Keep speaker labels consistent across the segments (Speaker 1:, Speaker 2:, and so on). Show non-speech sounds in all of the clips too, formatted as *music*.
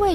Speaker 1: 位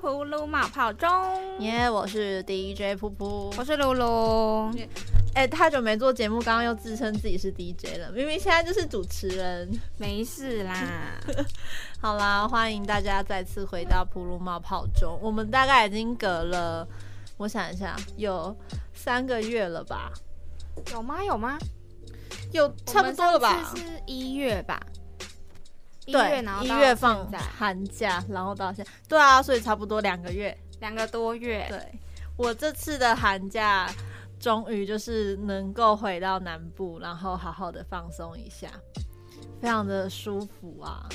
Speaker 1: 呼噜冒泡钟，
Speaker 2: 耶、我是 DJ 噗噗。
Speaker 1: 我是露露。
Speaker 2: 哎、太久没做节目，刚刚又自称自己是 DJ 了，明明现在就是主持人。
Speaker 1: 没事
Speaker 2: *laughs*
Speaker 1: 啦，
Speaker 2: 好啦，欢迎大家再次回到噗噜冒泡中，我们大概已经隔了，我想一下，有三个月了吧，
Speaker 1: 有吗？有吗？
Speaker 2: 有差不多了吧？
Speaker 1: 是一月吧？一
Speaker 2: 对
Speaker 1: 月，然，后
Speaker 2: 一
Speaker 1: 到
Speaker 2: 月放
Speaker 1: 现在
Speaker 2: 寒假，然后到现在，对啊，所以差不多两个月。
Speaker 1: 两个多月，
Speaker 2: 对我这次的寒假，终于就是能够回到南部，然后好好的放松一下，非常的舒服啊！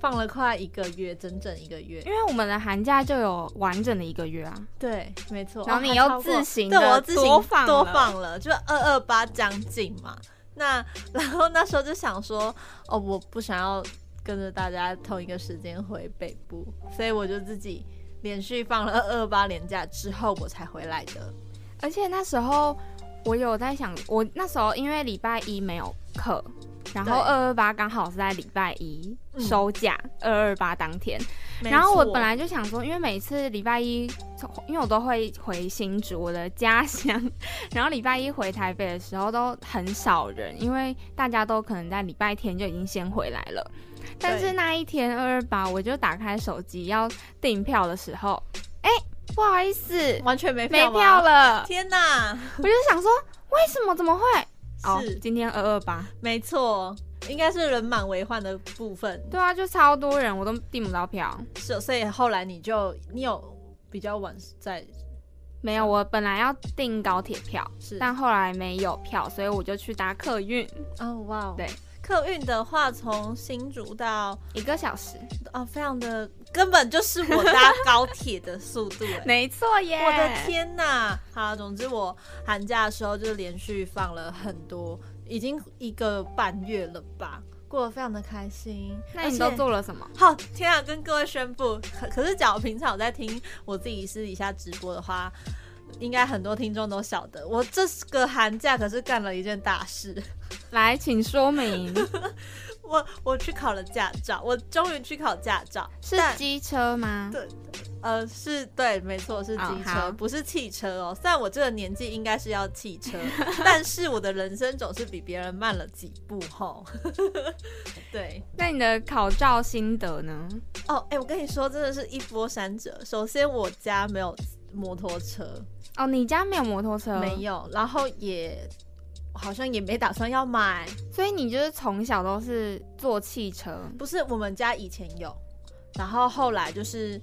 Speaker 2: 放了快一个月，整整一个月。
Speaker 1: 因为我们的寒假就有完整的一个月啊。
Speaker 2: 对，没错。
Speaker 1: 然后
Speaker 2: 哦
Speaker 1: 你
Speaker 2: 还
Speaker 1: 又
Speaker 2: 超过
Speaker 1: 自行
Speaker 2: 对
Speaker 1: 地
Speaker 2: 我自行
Speaker 1: 多放
Speaker 2: 多
Speaker 1: 了
Speaker 2: 放了，就二二八将近嘛。那然后那时候就想说，哦，我不想要跟着大家同一个时间回北部，所以我就自己连续放了二二八连假之后，我才回来的。
Speaker 1: 而且那时候我有在想，我那时候因为礼拜一没有课，然后
Speaker 2: 对
Speaker 1: 二二八刚好是在礼拜一
Speaker 2: 嗯
Speaker 1: 收假，二二八当天。
Speaker 2: 没
Speaker 1: 然后我
Speaker 2: 错
Speaker 1: 本来就想说，因为每次礼拜一，因为我都会回新竹我的家
Speaker 2: *laughs*
Speaker 1: 乡，然后礼拜一回台北的时候都很少人，因为大家都可能在礼拜天就已经先回来了。但是那一天二二八，我就打开手机要订票的时候，哎、不好意思，
Speaker 2: 完全没
Speaker 1: 没
Speaker 2: 票吗
Speaker 1: 票！了。
Speaker 2: 天哪，
Speaker 1: *laughs* 我就想说，为什么？怎么会？哦
Speaker 2: 是，
Speaker 1: 今天二二八，
Speaker 2: 没错，应该是人满为患的部分。
Speaker 1: 对啊，就超多人，我都订不到票。
Speaker 2: 是，所以后来你就你有比较晚在
Speaker 1: 没有，我本来要订高铁票，
Speaker 2: 是
Speaker 1: 但后来没有票，所以我就去搭客运，
Speaker 2: 哦哇哦
Speaker 1: 对，
Speaker 2: 客运的话从新竹到
Speaker 1: 一个小时。
Speaker 2: 哦，非常的根本就是我搭高铁的速
Speaker 1: *laughs*
Speaker 2: 度、哎
Speaker 1: 没错耶！
Speaker 2: 我的，天呐！好，总之我寒假的时候就是连续放了很多，已经一个半月了吧，过得非常的开心。
Speaker 1: 那你
Speaker 2: 而
Speaker 1: 都
Speaker 2: 且
Speaker 1: 做了什么？
Speaker 2: 好，天啊！跟各位宣布，可可是，假如平常有在听我自己私底下直播的话，应该很多听众都晓得，我这个寒假可是干了一件大事。 *laughs*
Speaker 1: 来，请说 *laughs* 明
Speaker 2: 我我去考了驾照，我终于去考驾照，
Speaker 1: 是
Speaker 2: 但
Speaker 1: 机车吗
Speaker 2: 对？呃是对，没错是机
Speaker 1: 哦
Speaker 2: 车，
Speaker 1: 好
Speaker 2: 不是汽车哦。虽然我这个年纪应该是要汽 *laughs* 车，但是我的人生总是比别人慢了几步吼。 *laughs* 对，
Speaker 1: 那你的考照心得呢？
Speaker 2: 哦，哎、我跟你说，真的是一波三折。首先，我家没有摩托车，
Speaker 1: 哦，你家没有摩托车，
Speaker 2: 没，有，然后也好像也没打算要买。
Speaker 1: 所以你就是从小都是坐汽车。
Speaker 2: 不是，我们家以前有，然后后来就是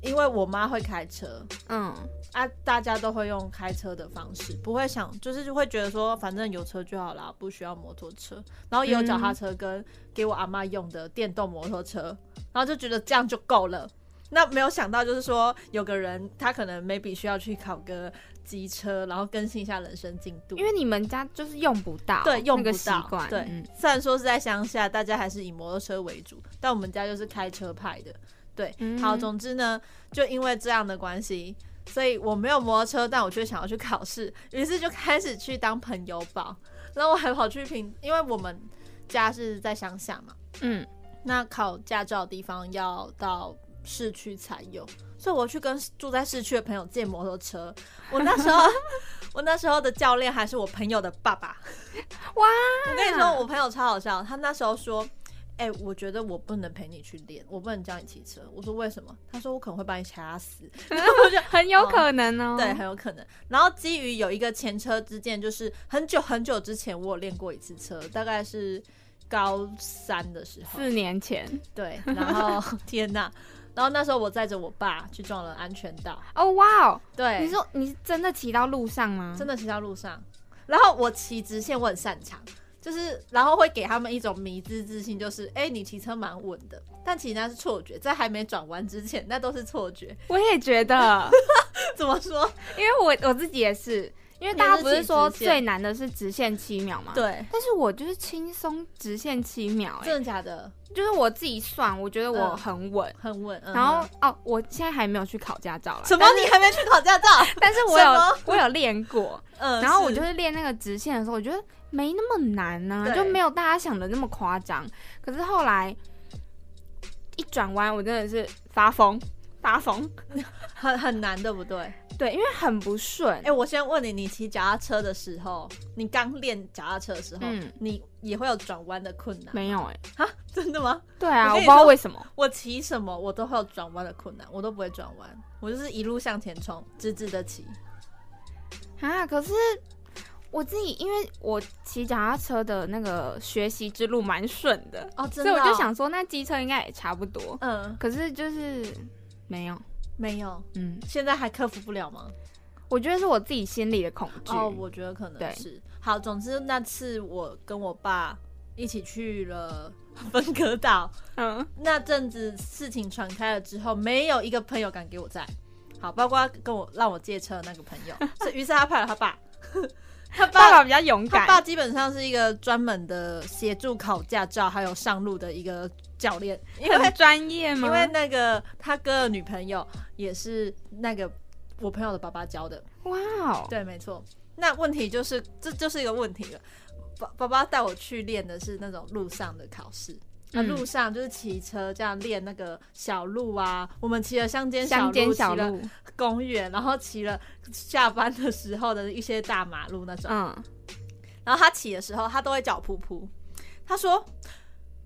Speaker 2: 因为我妈会开车
Speaker 1: 嗯，
Speaker 2: 啊，大家都会用开车的方式，不会想就是会觉得说，反正有车就好啦，不需要摩托车。然后也有脚踏车跟给我阿妈用的电动摩托车，然后就觉得这样就够了。那没有想到，就是说有个人他可能 maybe 需要去考个机车，然后更新一下人生进度。
Speaker 1: 因为你们家就是用不到，
Speaker 2: 对，用
Speaker 1: 那
Speaker 2: 不
Speaker 1: 个习
Speaker 2: 到。
Speaker 1: 惯，
Speaker 2: 对、
Speaker 1: 嗯
Speaker 2: 虽然说是在乡下，大家还是以摩托车为主，但我们家就是开车派的。对，
Speaker 1: 嗯
Speaker 2: 好，总之呢，就因为这样的关系，所以我没有摩托车，但我却想要去考试，于是就开始去当朋友宝。然后我还跑去平，因为我们家是在乡下嘛，
Speaker 1: 嗯，
Speaker 2: 那考驾照的地方要到市区才有，所以我去跟住在市区的朋友借摩托车。我那时候，我那时候的教练还是我朋友的爸爸。
Speaker 1: 哇！
Speaker 2: 我跟你说，我朋友超好笑，他那时候说。哎、我觉得我不能陪你去练，我不能教你骑车。我说为什么？他说我可能会把你掐死。
Speaker 1: *laughs* 很有可能哦。
Speaker 2: 对，很有可能。然后基于有一个前车之鉴，就是很久很久之前我有练过一次车，大概是高三的时候。
Speaker 1: 四年前
Speaker 2: 对，然后
Speaker 1: *laughs*
Speaker 2: 天哪，然后那时候我载着我爸去撞了安全岛，
Speaker 1: 哦，哇哦，
Speaker 2: 对，
Speaker 1: 你说你是真的骑到路上吗？
Speaker 2: 真
Speaker 1: 的，
Speaker 2: 的骑到路上，然后我骑直线我很擅长，就是然后会给他们一种迷之自信，就是哎、你骑车蛮稳的，但其实那是错觉，在还没转弯之前，那都是错觉。 *laughs*
Speaker 1: 我也觉得，
Speaker 2: 怎么
Speaker 1: *laughs*
Speaker 2: 说？
Speaker 1: 因为我我自己也是，因为大家不是说
Speaker 2: 你也是骑直线
Speaker 1: 最难的是直线七秒嘛？。
Speaker 2: 对，
Speaker 1: 但是我就是轻松直线七秒、欸，
Speaker 2: 真的假的？
Speaker 1: 就是我自己算，我觉得我
Speaker 2: 嗯
Speaker 1: 很稳。
Speaker 2: 很稳。嗯
Speaker 1: 然后哦，我现在还没有去考驾照了，
Speaker 2: 什么？你还没去考驾照？
Speaker 1: 但是我
Speaker 2: 什
Speaker 1: 有
Speaker 2: 么
Speaker 1: 我有练过，
Speaker 2: 嗯，
Speaker 1: 然后我
Speaker 2: 是
Speaker 1: 呃就是练那个直线的时候，我觉得没那么难呢、
Speaker 2: 对
Speaker 1: 就没有大家想的那么夸张。可是后来一转弯，我真的是发疯发疯，
Speaker 2: 很很难，对不对？
Speaker 1: 对，因为很不顺
Speaker 2: 哎、。我先问你，你骑脚踏车的时候，你刚练脚踏车的时候，
Speaker 1: 嗯
Speaker 2: 你也会有转弯的困难
Speaker 1: 没有哎、
Speaker 2: 啊？ *laughs* 真的吗？
Speaker 1: 对啊，我
Speaker 2: 我
Speaker 1: 不
Speaker 2: 跟你
Speaker 1: 知道
Speaker 2: 说
Speaker 1: 为什么，
Speaker 2: 我骑什么我都会有转弯的困难，我都不会转弯，我就是一路向前冲，直直的骑。
Speaker 1: 啊，可是我自己，因为我骑脚踏车的那个学习之路蛮顺的，
Speaker 2: 哦，
Speaker 1: 所
Speaker 2: 真
Speaker 1: 以
Speaker 2: 的、
Speaker 1: 我就，想说，那机车应该也差不多。
Speaker 2: 嗯，
Speaker 1: 可是就是没有，
Speaker 2: 没有，
Speaker 1: 嗯，
Speaker 2: 现在还克服不了吗？
Speaker 1: 我觉得是我自己心里的恐惧。
Speaker 2: 哦，我觉得可
Speaker 1: 对
Speaker 2: 能是。好，总之那次我跟我爸一起去了分隔岛，
Speaker 1: 嗯，
Speaker 2: 那阵子事情传开了之后，没有一个朋友敢给我载，好，包括跟我让我借车的那个朋友，所以于是他派了他爸，
Speaker 1: *laughs*
Speaker 2: 他
Speaker 1: 爸
Speaker 2: 爸
Speaker 1: 爸比较勇
Speaker 2: 他
Speaker 1: 敢，
Speaker 2: 爸基本上是一个专门的协助考驾照还有上路的一个教练，因为
Speaker 1: 很专业吗？
Speaker 2: 因为那个他哥的女朋友也是那个我朋友的爸爸教的，
Speaker 1: 哇哦，
Speaker 2: 对，没错。那问题就是，这就是一个问题了。爸爸爸带我去练的是那种路上的考试，那、
Speaker 1: 嗯
Speaker 2: 路上就是骑车这样练那个小路啊。我们骑了乡间小
Speaker 1: 乡
Speaker 2: 路，
Speaker 1: 间小
Speaker 2: 骑了
Speaker 1: 路，
Speaker 2: 公园，然后骑了下班的时候的一些大马路那种。
Speaker 1: 嗯，
Speaker 2: 然后他骑的时候，他都会脚噗噗。他说，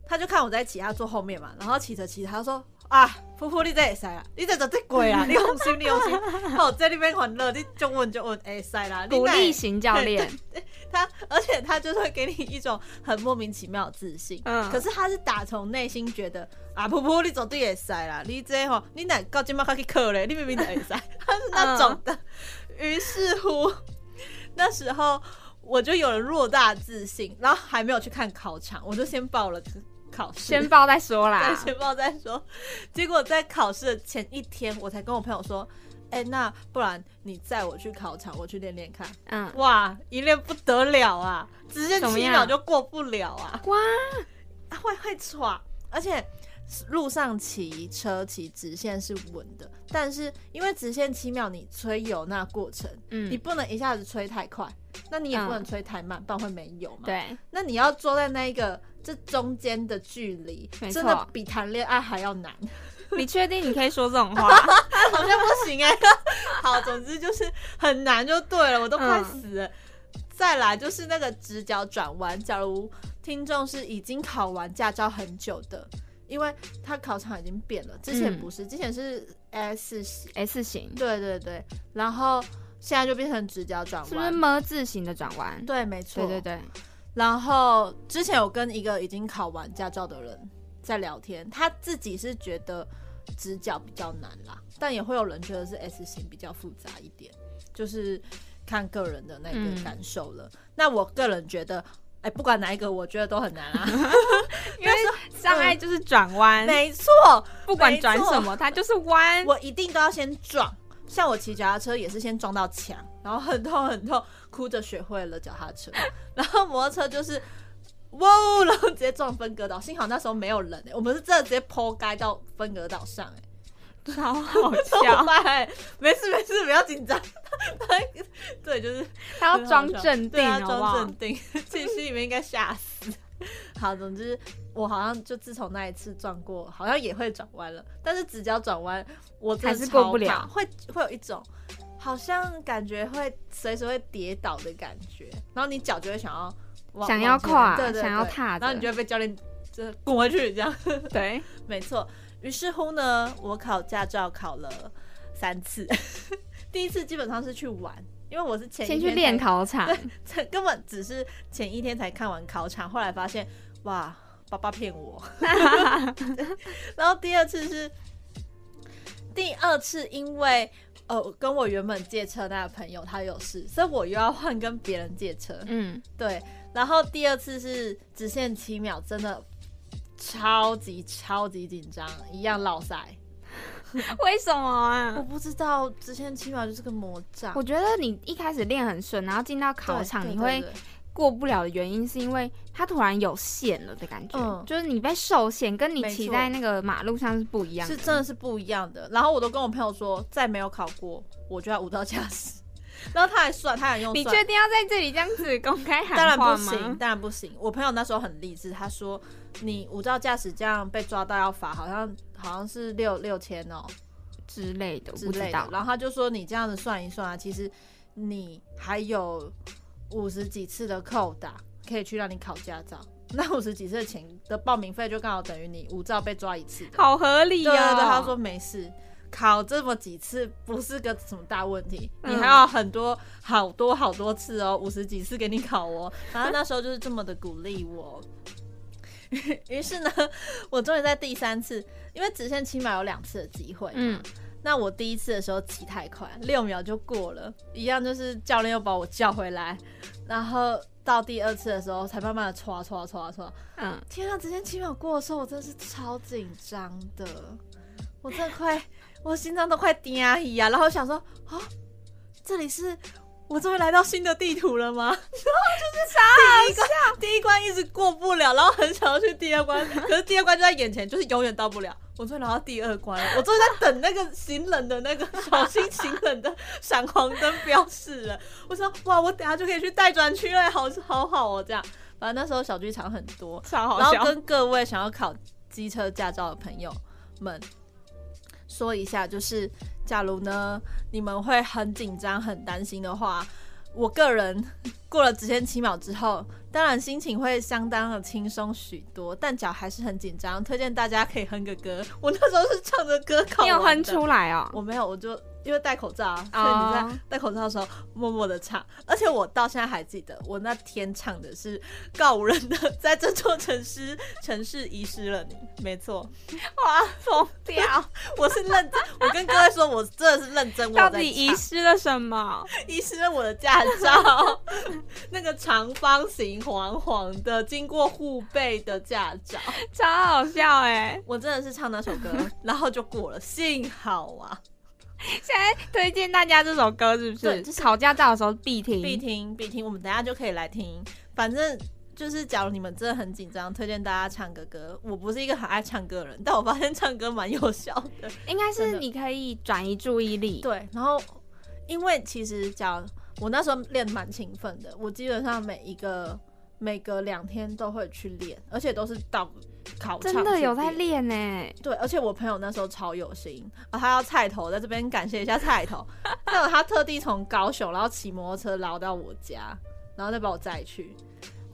Speaker 2: 他就看我在骑，他坐后面嘛，然后骑着骑着，他说啊，噗噗你这会使啊，你这就这鬼
Speaker 1: *laughs*
Speaker 2: 啊，你用心，你用心，好在那边欢乐，你就问就问，哎塞啦，你
Speaker 1: 鼓
Speaker 2: 哪
Speaker 1: 励
Speaker 2: 会
Speaker 1: 型教练，
Speaker 2: 他，而且他就是会给你一种很莫名其妙的自信。
Speaker 1: *laughs* 嗯
Speaker 2: 可是他是打从内心觉得啊，噗噗，你走对也塞啦，你这吼，你哪到今麦开去考嘞，你明明就会塞，他是 *laughs* 那种
Speaker 1: 嗯
Speaker 2: 的。于、是乎，那时候我就有了偌大自信，然后还没有去看考场，我就先报了考试，
Speaker 1: 先报再说啦
Speaker 2: 对，。 *laughs* 先报再说。结果在考试的前一天，我才跟我朋友说。哎、那不然你载我去考场，我去练练看。
Speaker 1: 嗯，
Speaker 2: 哇，一练不得了啊，直线
Speaker 1: 怎么
Speaker 2: 七
Speaker 1: 样
Speaker 2: 秒就过不了啊，
Speaker 1: 哇，
Speaker 2: 啊会会喘，而且路上骑车骑直线是稳的，但是因为直线七秒你吹油那过程，你
Speaker 1: 嗯，
Speaker 2: 不能一下子吹太快，那你也
Speaker 1: 嗯
Speaker 2: 不能吹太慢，不然会没油嘛。，
Speaker 1: 对，
Speaker 2: 那你要坐在那一个这中间的距离
Speaker 1: 没，错
Speaker 2: 真的比谈恋爱还要难。
Speaker 1: *laughs* 你确定你可以说这 *laughs* 种话？
Speaker 2: 好像不行哎、 *laughs* 好，总之就是很难就对了，我都快死
Speaker 1: 嗯
Speaker 2: 了。再来就是那个直角转弯，假如听众是已经考完驾照很久的，因为他考场已经变了，之前
Speaker 1: 嗯
Speaker 2: 不是，之前是 S 型，
Speaker 1: S 型
Speaker 2: 对对对，然后现在就变成直角转
Speaker 1: 是不是
Speaker 2: 弯。
Speaker 1: 么字形的转弯？
Speaker 2: 对，没错。
Speaker 1: 对对对，
Speaker 2: 然后之前有跟一个已经考完驾照的人在聊天，他自己是觉得直角比较难啦，但也会有人觉得是 S 型比较复杂一点，就是看个人的那个感受了。那我个人觉得，哎，不管哪一个，我觉得都很难啊。
Speaker 1: 因为障碍就是转弯，
Speaker 2: 没错，
Speaker 1: 不管转什么，它就是 *laughs* 弯。
Speaker 2: 我一定都要先撞。像我骑脚踏车也是先撞到墙，然后很痛很痛，哭着学会了脚踏车。 *laughs* 然后摩托车就是，哇哦，然后直接撞分隔岛。幸好那时候没有人、欸，我们是真的直接抛街到分隔岛上、欸，哎，
Speaker 1: 超好
Speaker 2: 怎么
Speaker 1: *laughs*
Speaker 2: *laughs*
Speaker 1: 笑，
Speaker 2: 办、欸？没事没事，不要紧张。 *laughs* 对，就是
Speaker 1: 他要装镇
Speaker 2: 对
Speaker 1: 定， *laughs*
Speaker 2: 啊，
Speaker 1: 好不
Speaker 2: 装
Speaker 1: 好？
Speaker 2: 镇定，自己心里面应该吓死。 *laughs* 好，总之我好像就自从那一次撞过，好像也会转弯了，但是直角转弯我真的
Speaker 1: 还是过
Speaker 2: 超
Speaker 1: 不了
Speaker 2: 怕会会有一种好像感觉会随时会跌倒的感觉，然后你脚就会想要往
Speaker 1: 想要
Speaker 2: 往前
Speaker 1: 跨
Speaker 2: 对对对
Speaker 1: 想要踏着
Speaker 2: 然后你就会被教练就是滚回去这样，
Speaker 1: 对，
Speaker 2: 没错。于是乎呢，我考驾照考了三次， *laughs* 第一次基本上是去玩，因为我是前一
Speaker 1: 先去
Speaker 2: 天
Speaker 1: 练
Speaker 2: 才
Speaker 1: 考场，
Speaker 2: 这根本只是前一天才看完考场，后来发现哇，爸爸骗我。 *laughs* 然后第二次是第二次，因为呃，跟我原本借车那个朋友他有事，所以我又要换跟别人借车。
Speaker 1: *laughs* 嗯，
Speaker 2: 对，然后第二次是只限七秒，真的超级超级紧张，一样落塞。
Speaker 3: 为什么
Speaker 2: 我
Speaker 3: 啊？
Speaker 2: 不知道只限七秒就是个魔障
Speaker 3: 我，觉得你一开始练很顺，然后进到考
Speaker 2: 对
Speaker 3: 场
Speaker 2: 对
Speaker 3: 你
Speaker 2: 对
Speaker 3: 会
Speaker 2: 对
Speaker 3: 过不了的原因，是因为它突然有线了的感觉，
Speaker 2: 嗯
Speaker 3: 就是你被受限，跟你
Speaker 2: 没
Speaker 3: 骑
Speaker 2: 错
Speaker 3: 在那个马路上是不一样的。
Speaker 2: 是真的是不一样的。然后我都跟我朋友说，再没有考过，我就要无照驾驶。然后他还算，他还用
Speaker 3: 你
Speaker 2: 算
Speaker 3: 确定要在这里这样子公开
Speaker 2: 当
Speaker 3: 喊
Speaker 2: 然
Speaker 3: 话
Speaker 2: 不
Speaker 3: 吗？
Speaker 2: 行，当然不行。我朋友那时候很励志，他说你无照驾驶这样被抓到要罚，好像好像是六六千哦
Speaker 3: 之类的，我
Speaker 2: 之
Speaker 3: 不
Speaker 2: 类
Speaker 3: 知
Speaker 2: 的
Speaker 3: 道。。
Speaker 2: 然后他就说你这样子算一算啊，其实你还有五十几次的扣打可以去让你考驾照，那五十几次的钱的报名费就刚好等于你无照被抓一次的。
Speaker 3: 好合理
Speaker 2: 对
Speaker 3: 哦！
Speaker 2: 对对，他说没事。考这么几次不是个什么大问题，
Speaker 3: 嗯
Speaker 2: 你还有很多好多好多次哦，五十几次给你考哦。然后那时候就是这么的鼓励我。 *laughs* 于是呢，我终于在第三次，因为直线起码有两次的机会，
Speaker 3: 嗯，
Speaker 2: 那我第一次的时候骑太快，六秒就过了，一样就是教练又把我叫回来，然后到第二次的时候才慢慢啊的刷刷刷刷，
Speaker 3: 嗯，
Speaker 2: 天啊，直线七秒过的时候，我真的是超紧张的，我真的快， *laughs* 我心脏都快滴呀滴呀。然后我想说，啊，这里是我终于来到新的地图了 *laughs* 吗？然后就是啥第一关， *laughs* 第一关一直过不了，然后很想要去第二 *laughs* 关，可是第二关就在眼前，就是永远到不了。我终于来到第二关了，我终于在等那个行人的那个小心行人的闪黄灯标示了。我说哇，我等下就可以去待转区了，好好好哦，这样。反正那时候小剧场很多，
Speaker 3: 超
Speaker 2: 然后跟各位想要考机车驾照的朋友们说一下，就是假如呢你们会很紧张、很担心的话，我个人过了直线七秒之后，当然心情会相当的轻松许多，但脚还是很紧张。推荐大家可以哼个歌，我那时候是唱着歌考
Speaker 3: 你有
Speaker 2: 完
Speaker 3: 哼
Speaker 2: 的
Speaker 3: 出来哦。
Speaker 2: 我没有，我就因为戴口罩啊，所以你
Speaker 3: 哦
Speaker 2: 在戴口罩的时候默默的唱，而且我到现在还记得，我那天唱的是告五人的《在这座城市城市遗失了你》，没错，
Speaker 3: 哇，疯掉！
Speaker 2: 我是认真，我跟各位说，我真的是认真，我有
Speaker 3: *laughs* 到
Speaker 2: 在
Speaker 3: 底遗
Speaker 2: 唱
Speaker 3: 失了什 *laughs* 么？
Speaker 2: 遗失了我的驾照， *laughs* 那个长方形黄黄的，经过护背的驾照，
Speaker 3: 超好笑哎、
Speaker 2: 我真的是唱那首歌，然后就过了，幸好啊，
Speaker 3: *laughs* 现在推荐大家这首歌是不是？
Speaker 2: 对就是
Speaker 3: 吵架照的时候必听。
Speaker 2: 必听必听，我们等一下就可以来听。反正就是，假如你们真的很紧张，推荐大家唱个歌。我不是一个很爱唱歌的人，但我发现唱歌蛮有效的。
Speaker 3: 应该
Speaker 2: 真
Speaker 3: 是
Speaker 2: 的
Speaker 3: 你可以转移注意力。
Speaker 2: 对，然后因为其实讲我那时候练蛮勤奋的，我基本上每一个每隔两天都会去练，而且都是到考场
Speaker 3: 真的
Speaker 2: 去
Speaker 3: 有在
Speaker 2: 练。
Speaker 3: 练欸呢、
Speaker 2: 对，而且我朋友那时候超有心啊，他要菜头，在这边感谢一下菜头。 *laughs* 那他特地从高雄，然后骑摩托车绕到我家，然后再把我载去。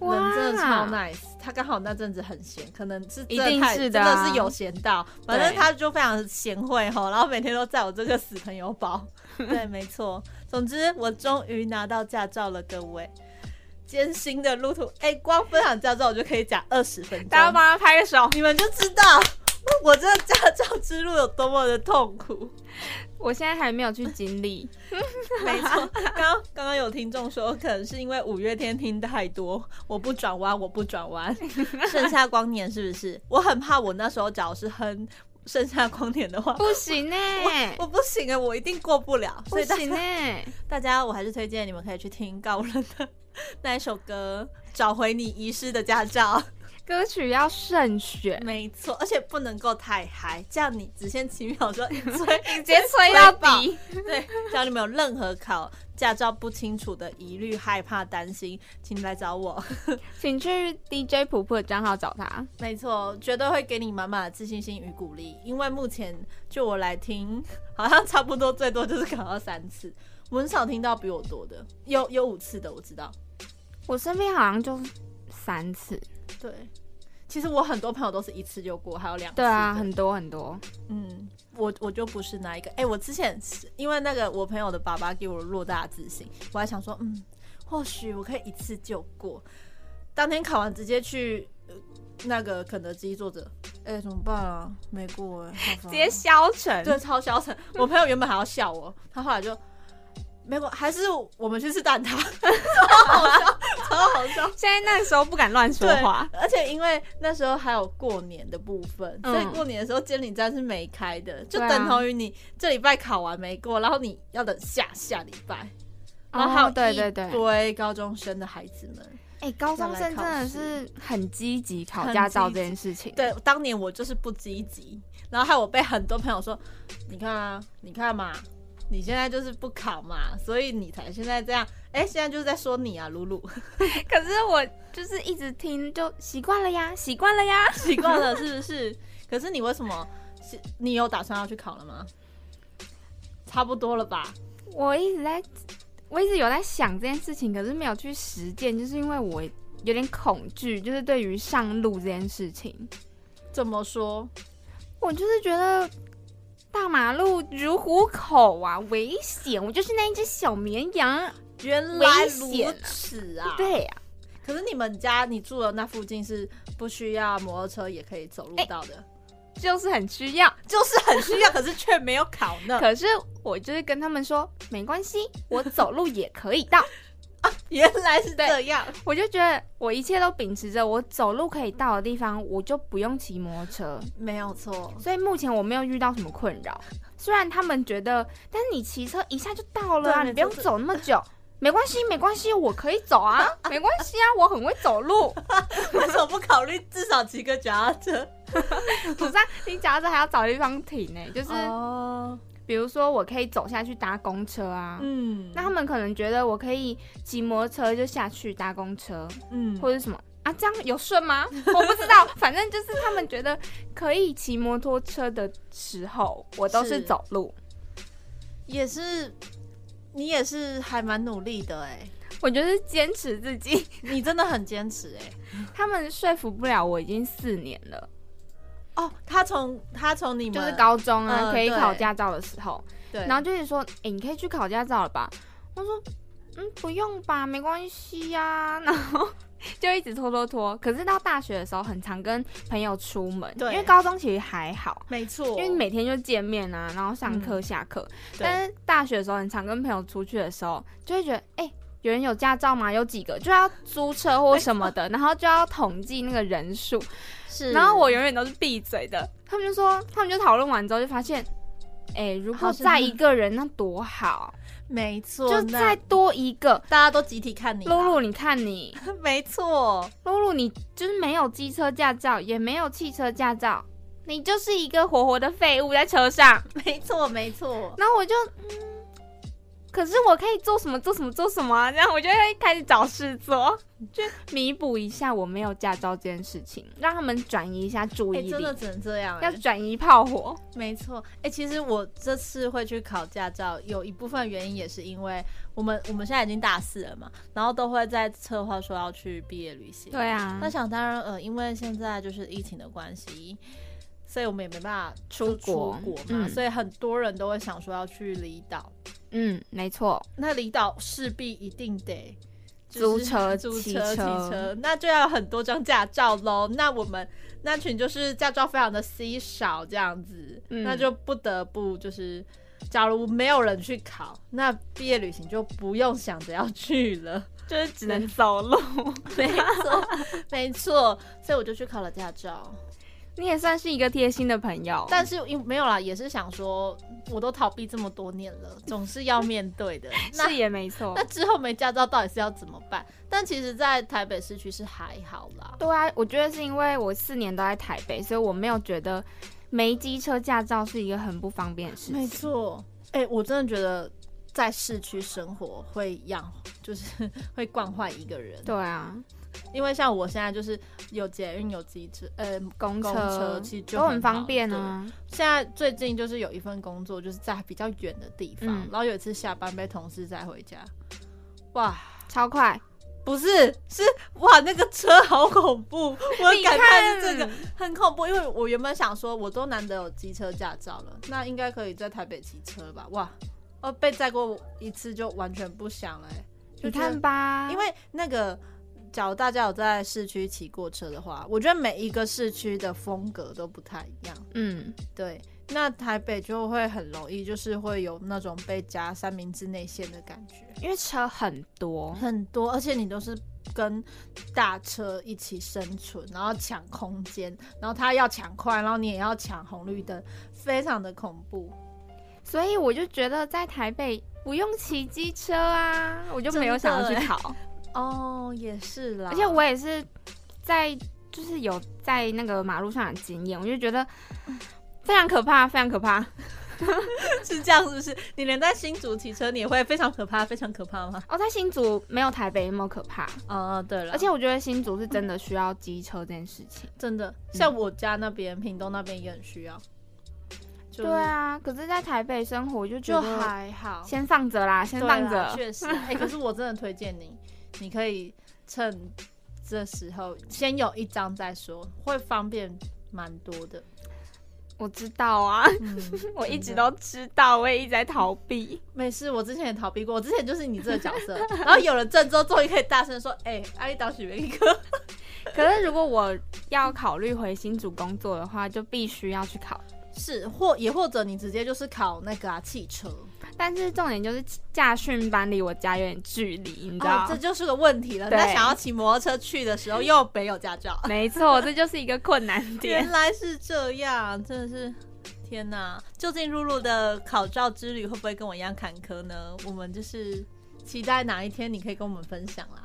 Speaker 3: 哇
Speaker 2: 人真的超 nice，他刚好那阵子很闲，可能是
Speaker 3: 一
Speaker 2: 真
Speaker 3: 定
Speaker 2: 太
Speaker 3: 是的
Speaker 2: 真
Speaker 3: 啊
Speaker 2: 的是有闲到，反正
Speaker 3: 对
Speaker 2: 他就非常贤惠吼，然后每天都在我这个死朋友
Speaker 3: *laughs*
Speaker 2: 包。对，没错。总之，我终于拿到驾照了，各位。艰辛的路途，哎、光分享驾照我就可以讲二十分钟。
Speaker 3: 大家帮他拍个手。
Speaker 2: 你们就知道我这个驾照之路有多么的痛苦。
Speaker 3: 我现在还没有去经历，
Speaker 2: *laughs* 没错，刚刚刚刚有听众说，可能是因为五月天听太多，我不转弯，我不转弯，盛夏光年是不是？我很怕我那时候假如是哼盛夏光年的话，
Speaker 3: 不行呢、欸
Speaker 2: 我不行啊，我一定过不了。所
Speaker 3: 不
Speaker 2: 以大
Speaker 3: 行呢、欸
Speaker 2: 家大家，我还是推荐你们可以去听告人的那一首歌《找回你遗失的驾照》。
Speaker 3: 歌曲要慎选，
Speaker 2: 没错，而且不能够太嗨，这样你只限几秒就一吹
Speaker 3: 直接吹到底。
Speaker 2: *laughs* 对，只要你们有任何考驾照不清楚的疑虑、害怕、担心，请来找我。 *laughs*
Speaker 3: 请去 DJ 普普的账号找他。
Speaker 2: 没错，绝对会给你满满的自信心与鼓励。因为目前就我来听， *laughs* 好像差不多最多就是考到三次，我很少听到比我多的，有有五次的我知道。
Speaker 3: 我身边好像就三次，
Speaker 2: 对，其实我很多朋友都是一次就过，还有两次
Speaker 3: 对
Speaker 2: 的。
Speaker 3: 啊，很多很多。
Speaker 2: 嗯，我我就不是那一个。哎、我之前是因为那个我朋友的爸爸给我偌大的自信，我还想说，嗯，或许我可以一次就过。当天考完直接去、呃那个肯德基坐着，哎、怎么办啊？没过哎、好
Speaker 3: 直
Speaker 2: 烦
Speaker 3: 接消沉。
Speaker 2: 对，超消沉。我朋友原本还要笑 *laughs* 我，他后来就没过，还是我们去吃蛋挞，超好笑，超超好笑。
Speaker 1: 现在那时候不敢乱说
Speaker 2: 对
Speaker 1: 话，，
Speaker 2: 而且因为那时候还有过年的部分，
Speaker 1: 嗯
Speaker 2: 所以过年的时候监理站是没开的，就
Speaker 1: 对啊
Speaker 2: 等同于你这礼拜考完没过，然后你要等下下礼拜，然后还有
Speaker 1: 哦，对对
Speaker 2: 一
Speaker 1: 对，
Speaker 2: 堆高中生的孩子们，
Speaker 1: 哎，高中生真
Speaker 2: 要来
Speaker 1: 的
Speaker 2: 考试
Speaker 1: 是很积极考驾照这件事情，
Speaker 2: 对，当年我就是不积极，然后害我被很多朋友说，你看啊，你看嘛，你现在就是不考嘛，所以你才现在这样，哎、现在就是在说你啊，露露，
Speaker 1: *laughs* 可是我就是一直听就习惯了呀，习惯了呀。
Speaker 2: 习惯了是不是？可是你为什么是？你有打算要去考了吗？差不多了吧？
Speaker 1: 我一直在，我一直有在想这件事情，可是没有去实践，就是因为我有点恐惧，就是对于上路这件事情，
Speaker 2: 怎么说？
Speaker 1: 我就是觉得大马路如虎口啊，危险！我就是那一只小绵羊，
Speaker 2: 原来
Speaker 1: 危
Speaker 2: 如
Speaker 1: 险啊
Speaker 2: 此啊！。
Speaker 1: 对呀、
Speaker 2: 可是你们家你住的那附近是不需要摩托车也可以走路到的，
Speaker 1: 就是很需要。
Speaker 2: 哎就是很需要，可是却没有考呢，
Speaker 1: 可是我就是跟他们说，没关系，我走路也可以到。
Speaker 2: *laughs* 原来是这样。
Speaker 1: 我就觉得我一切都秉持着我走路可以到的地方，我就不用骑摩托车。
Speaker 2: 没有错，
Speaker 1: 所以目前我没有遇到什么困扰。虽然他们觉得，但是你骑车一下就到了啊，
Speaker 2: 对
Speaker 1: 你不用
Speaker 2: 没错
Speaker 1: 走那么久。没关系，没关系，我可以走
Speaker 2: *laughs*
Speaker 1: 啊，没关系啊，我很会走路。
Speaker 2: 为什么不考虑至少骑个脚踏车？
Speaker 1: 不是、啊，你讲到这还要找地方停呢、就是、
Speaker 2: 哦，
Speaker 1: 比如说我可以走下去搭公车啊。
Speaker 2: 嗯
Speaker 1: 那他们可能觉得我可以骑摩托车就下去搭公车，
Speaker 2: 嗯
Speaker 1: 或者什么啊？这样有顺
Speaker 2: *laughs*
Speaker 1: 吗？我不知道，反正就是他们觉得可以骑摩托车的时候，我都是
Speaker 2: 是
Speaker 1: 走路。
Speaker 2: 也是，你也是还蛮努力的哎、
Speaker 1: 我就是坚持自己， *laughs*
Speaker 2: 你真的很坚持哎、
Speaker 1: 他们说服不了我已经四年了，
Speaker 2: 哦，他从他从你们
Speaker 1: 就是高中啊，
Speaker 2: 嗯
Speaker 1: 可以
Speaker 2: 对
Speaker 1: 考驾照的时候，
Speaker 2: 对，
Speaker 1: 然后就是说，哎、你可以去考驾照了吧？我说，嗯，不用吧，没关系呀、 *laughs* 然后就一直拖拖拖。可是到大学的时候，很常跟朋友出门，因
Speaker 2: 对哦
Speaker 1: 为高中其实还好。
Speaker 2: 没错，
Speaker 1: 因为每天就见面啊，然后上
Speaker 2: 嗯
Speaker 1: 课、下课。但是大学的时候，很常跟朋友出去的时候，就会觉得，哎、有人有驾照吗？有几个？就要租车或什么的，然后就要统计那个人数。
Speaker 2: 是
Speaker 1: 然后我永远都是闭嘴的。他们就说，他们就讨论完之后就发现，哎、如果
Speaker 2: 好像
Speaker 1: 再一个人那多好，
Speaker 2: 没错，
Speaker 1: 就
Speaker 2: 那
Speaker 1: 再多一个。
Speaker 2: 大家都集体看你啦，
Speaker 1: 露露，你看你，
Speaker 2: *laughs* 没错，
Speaker 1: 露露，你就是没有机车驾照，也没有汽车驾照，你就是一个活活的废物在车上。
Speaker 2: 没错，没错，
Speaker 1: 然后我就，嗯，可是我可以做什么做什么做什么啊？这样我就会开始找事做，就弥补一下我没有驾照这件事情，让他们转移一下注
Speaker 2: 哎、
Speaker 1: 意
Speaker 2: 真
Speaker 1: 力，
Speaker 2: 的只能这样、
Speaker 1: 要
Speaker 2: 哎，
Speaker 1: 转移炮火。
Speaker 2: 没错，哎、其实我这次会去考驾照，有一部分原因也是因为我们我们现在已经大四了嘛，然后都会在策划说要去毕业旅行。、
Speaker 1: 对啊
Speaker 2: 那，想当然，呃，因为现在就是疫情的关系，所以我们也没办法
Speaker 1: 出
Speaker 2: 出
Speaker 1: 国
Speaker 2: 国嘛，
Speaker 1: 嗯
Speaker 2: 所以很多人都会想说要去离岛。
Speaker 1: 嗯，没
Speaker 2: *laughs*
Speaker 1: 错，
Speaker 2: 那离岛势必一定得。就是
Speaker 1: 租车
Speaker 2: *laughs* 租
Speaker 1: 骑
Speaker 2: 车、骑
Speaker 1: 车
Speaker 2: 车，那就要有很多张驾照喽。那我们那群就是驾照非常的稀少，这样子，
Speaker 1: 嗯
Speaker 2: 那就不得不就是，假如没有人去考，那毕业旅行就不用想着要去了。
Speaker 1: *laughs* 就是只能走 *laughs* 路。
Speaker 2: 没 *laughs* 错，没错，所以我就去考了驾照。
Speaker 1: 你也算是一个贴心的朋友，
Speaker 2: 但是因没有啦，也是想说，我都逃避这么多年了，总是要面对
Speaker 1: *laughs*
Speaker 2: 的。那
Speaker 1: 是也没错
Speaker 2: 那。之后没驾照到底是要怎么办？但其实，在台北市区是还好啦。
Speaker 1: 对啊，我觉得是因为我四年都在台北，所以我没有觉得没机车驾照是一个很不方便的事
Speaker 2: 没
Speaker 1: 情。
Speaker 2: 错，哎、我真的觉得在市区生活会养，就是 *laughs* 会惯坏一个人。
Speaker 1: 对，啊，
Speaker 2: 因为像我现在就是有捷运、有机车，呃，
Speaker 1: 公
Speaker 2: 公
Speaker 1: 车
Speaker 2: 车其实就
Speaker 1: 都
Speaker 2: 很
Speaker 1: 方
Speaker 2: 好
Speaker 1: 便啊。
Speaker 2: 现在最近就是有一份工作，就是在比较远的地方，
Speaker 1: 嗯
Speaker 2: 然后有一次下班被同事载回家，哇！
Speaker 1: 超快，
Speaker 2: 不是，是哇，那个车好恐 *laughs* 怖！我的
Speaker 1: 你
Speaker 2: 感
Speaker 1: 看
Speaker 2: 叹是这个很恐怖，因为我原本想说，我都难得有机车驾照了，那应该可以在台北骑车吧？哇，哦，被载过一次就完全不想了、欸，就
Speaker 1: 你
Speaker 2: 觉得
Speaker 1: 看啊吧，
Speaker 2: 因为那个，假如大家有在市区骑过车的话，我觉得每一个市区的风格都不太一样。
Speaker 1: 嗯，
Speaker 2: 对，那台北就会很容易，就是会有那种被夹三明治内馅的感觉，
Speaker 1: 因为车很多，
Speaker 2: 很多，而且你都是跟大车一起生存，然后抢空间，然后他要抢快，然后你也要抢红绿灯，非常的恐怖。
Speaker 1: 所以我就觉得在台北不用骑机车啊，我就没有
Speaker 2: 真
Speaker 1: 想
Speaker 2: 的
Speaker 1: 要去
Speaker 2: 欸 *laughs*
Speaker 1: 考，
Speaker 2: 哦，也是啦，
Speaker 1: 而且我也是在就是有在那个马路上的经验，我就觉
Speaker 2: *laughs*
Speaker 1: 得嗯非常可怕，非常可怕。
Speaker 2: *laughs* 是这样，是不是？你连在新竹骑车，你也会非常可怕，非常可怕 *laughs* 吗？
Speaker 1: 哦，在新竹没有台北那么可怕，
Speaker 2: 啊、对了，
Speaker 1: 而且我觉得新竹是真的需要机车这件事情。
Speaker 2: 真的，像我家那边、屏东那边也很需要。就
Speaker 1: 对啊，可是，在台北生活就觉
Speaker 2: 就
Speaker 1: 得
Speaker 2: 还好，
Speaker 1: 先放着啦，先
Speaker 2: 对
Speaker 1: 放
Speaker 2: 啦
Speaker 1: 着。
Speaker 2: 确 *laughs* 实。哎、可是我真的推荐你，你可以趁这时候先有一张再说，会方便蛮多的。
Speaker 1: 我知道啊，，
Speaker 2: 嗯
Speaker 1: 我一直
Speaker 2: 真的
Speaker 1: 都知道，我也一直在逃避。 *laughs*
Speaker 2: 没事，我之前也逃避过，我之前就是你这个角 *laughs* 色，然后有了郑州，终于可以大声说：“哎、阿姨当许愿一个。
Speaker 1: 可是如果我要考虑回新竹工作的话，就必须要去考。”
Speaker 2: 是，或也或者你直接就是考那个啊汽车，
Speaker 1: 但是重点就是驾训班离我家有点距离，你知
Speaker 2: 哦
Speaker 1: 道？，
Speaker 2: 这就是个问题了。
Speaker 1: 对
Speaker 2: 那想要骑摩托车去的时候又没有驾照，
Speaker 1: *laughs* 没错，这就是一个困 *laughs* 难点
Speaker 2: 原。来是这样，真的是天哪！究竟露露的考照之旅会不会跟我一样坎坷呢？我们就是期待哪一天你可以跟我们分享啦，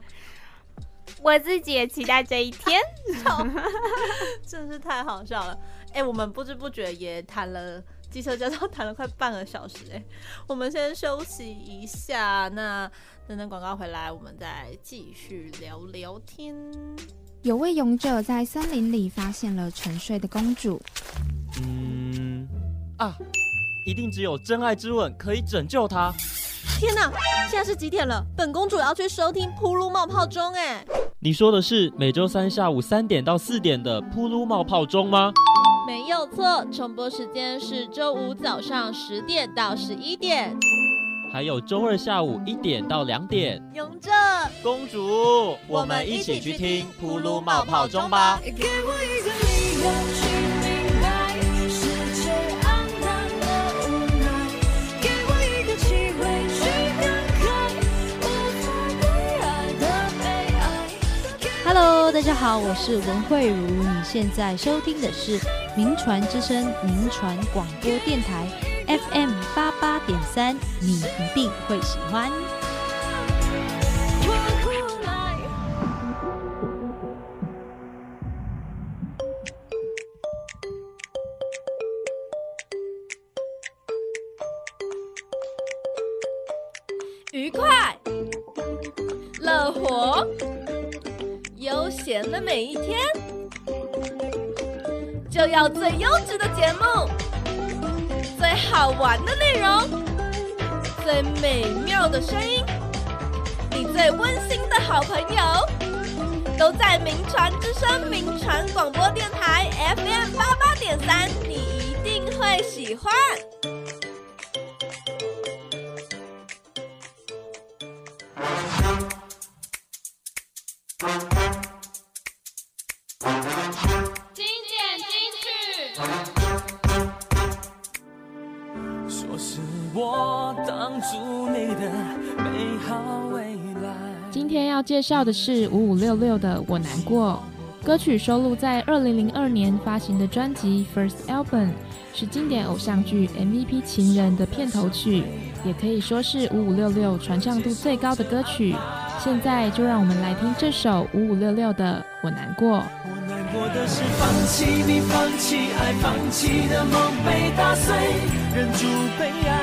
Speaker 2: *laughs*
Speaker 1: 我自己也期待这一天。
Speaker 2: 真的是太好笑了。哎、我们不知不觉也谈了。机车驾照谈了快半个小时、哎，我们先休息一下，那等等广告回来，我们再继续聊聊天。
Speaker 1: 有位勇者在森林里发现了沉睡的公主，
Speaker 4: 嗯啊，一定只有真爱之吻可以拯救他。
Speaker 2: 天哪，现在是几点了？本公主要去收听《噗噜冒泡钟》哎，
Speaker 4: 你说的是每周三下午三点到四点的噗噜冒泡钟吗？
Speaker 2: 没有错，重播时间是周五早上十点到十一点。
Speaker 4: 还有周二下午一点到两点。
Speaker 2: 勇者，
Speaker 4: 公主，
Speaker 2: 我们一起去听噗噜冒泡钟吧。
Speaker 5: 给我一个理由去明白，世界肮脏的无奈。给我一个机会去感慨，无法归来的悲哀。
Speaker 6: Hello，大家好，我是文慧茹，你现在收听的是民传之声民传广播电台 FM 八八点三，你一定会喜欢。
Speaker 5: 我过来。
Speaker 7: 愉快、乐活、悠闲的每一天，就要最优质的节目、最好玩的内容、最美妙的声音，你最温馨的好朋友，都在名传之声、名传广播电台 FM 八八点三，你一定会喜欢。
Speaker 8: 说是我挡住你的美好未来。
Speaker 3: 今天要介绍的是五五六六的《我难过》，歌曲收录在二零零二年发行的专辑《First Album》，是经典偶像剧《MVP 情人》的片头曲，也可以说是五五六六传唱度最高的歌曲。现在就让我们来听这首五五六六的《我难过》。
Speaker 8: 我难过的是放弃你，放弃爱，放弃的梦被打碎，忍住悲哀。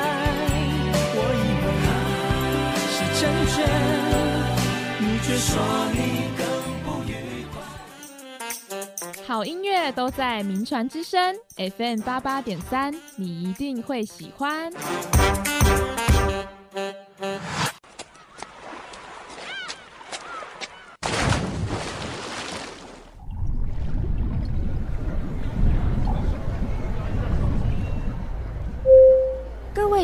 Speaker 8: 我以为爱是成全，你却说你更不愉快。
Speaker 3: 好音乐都在名传之声 FM 八八点三，你一定会喜欢。
Speaker 1: 各位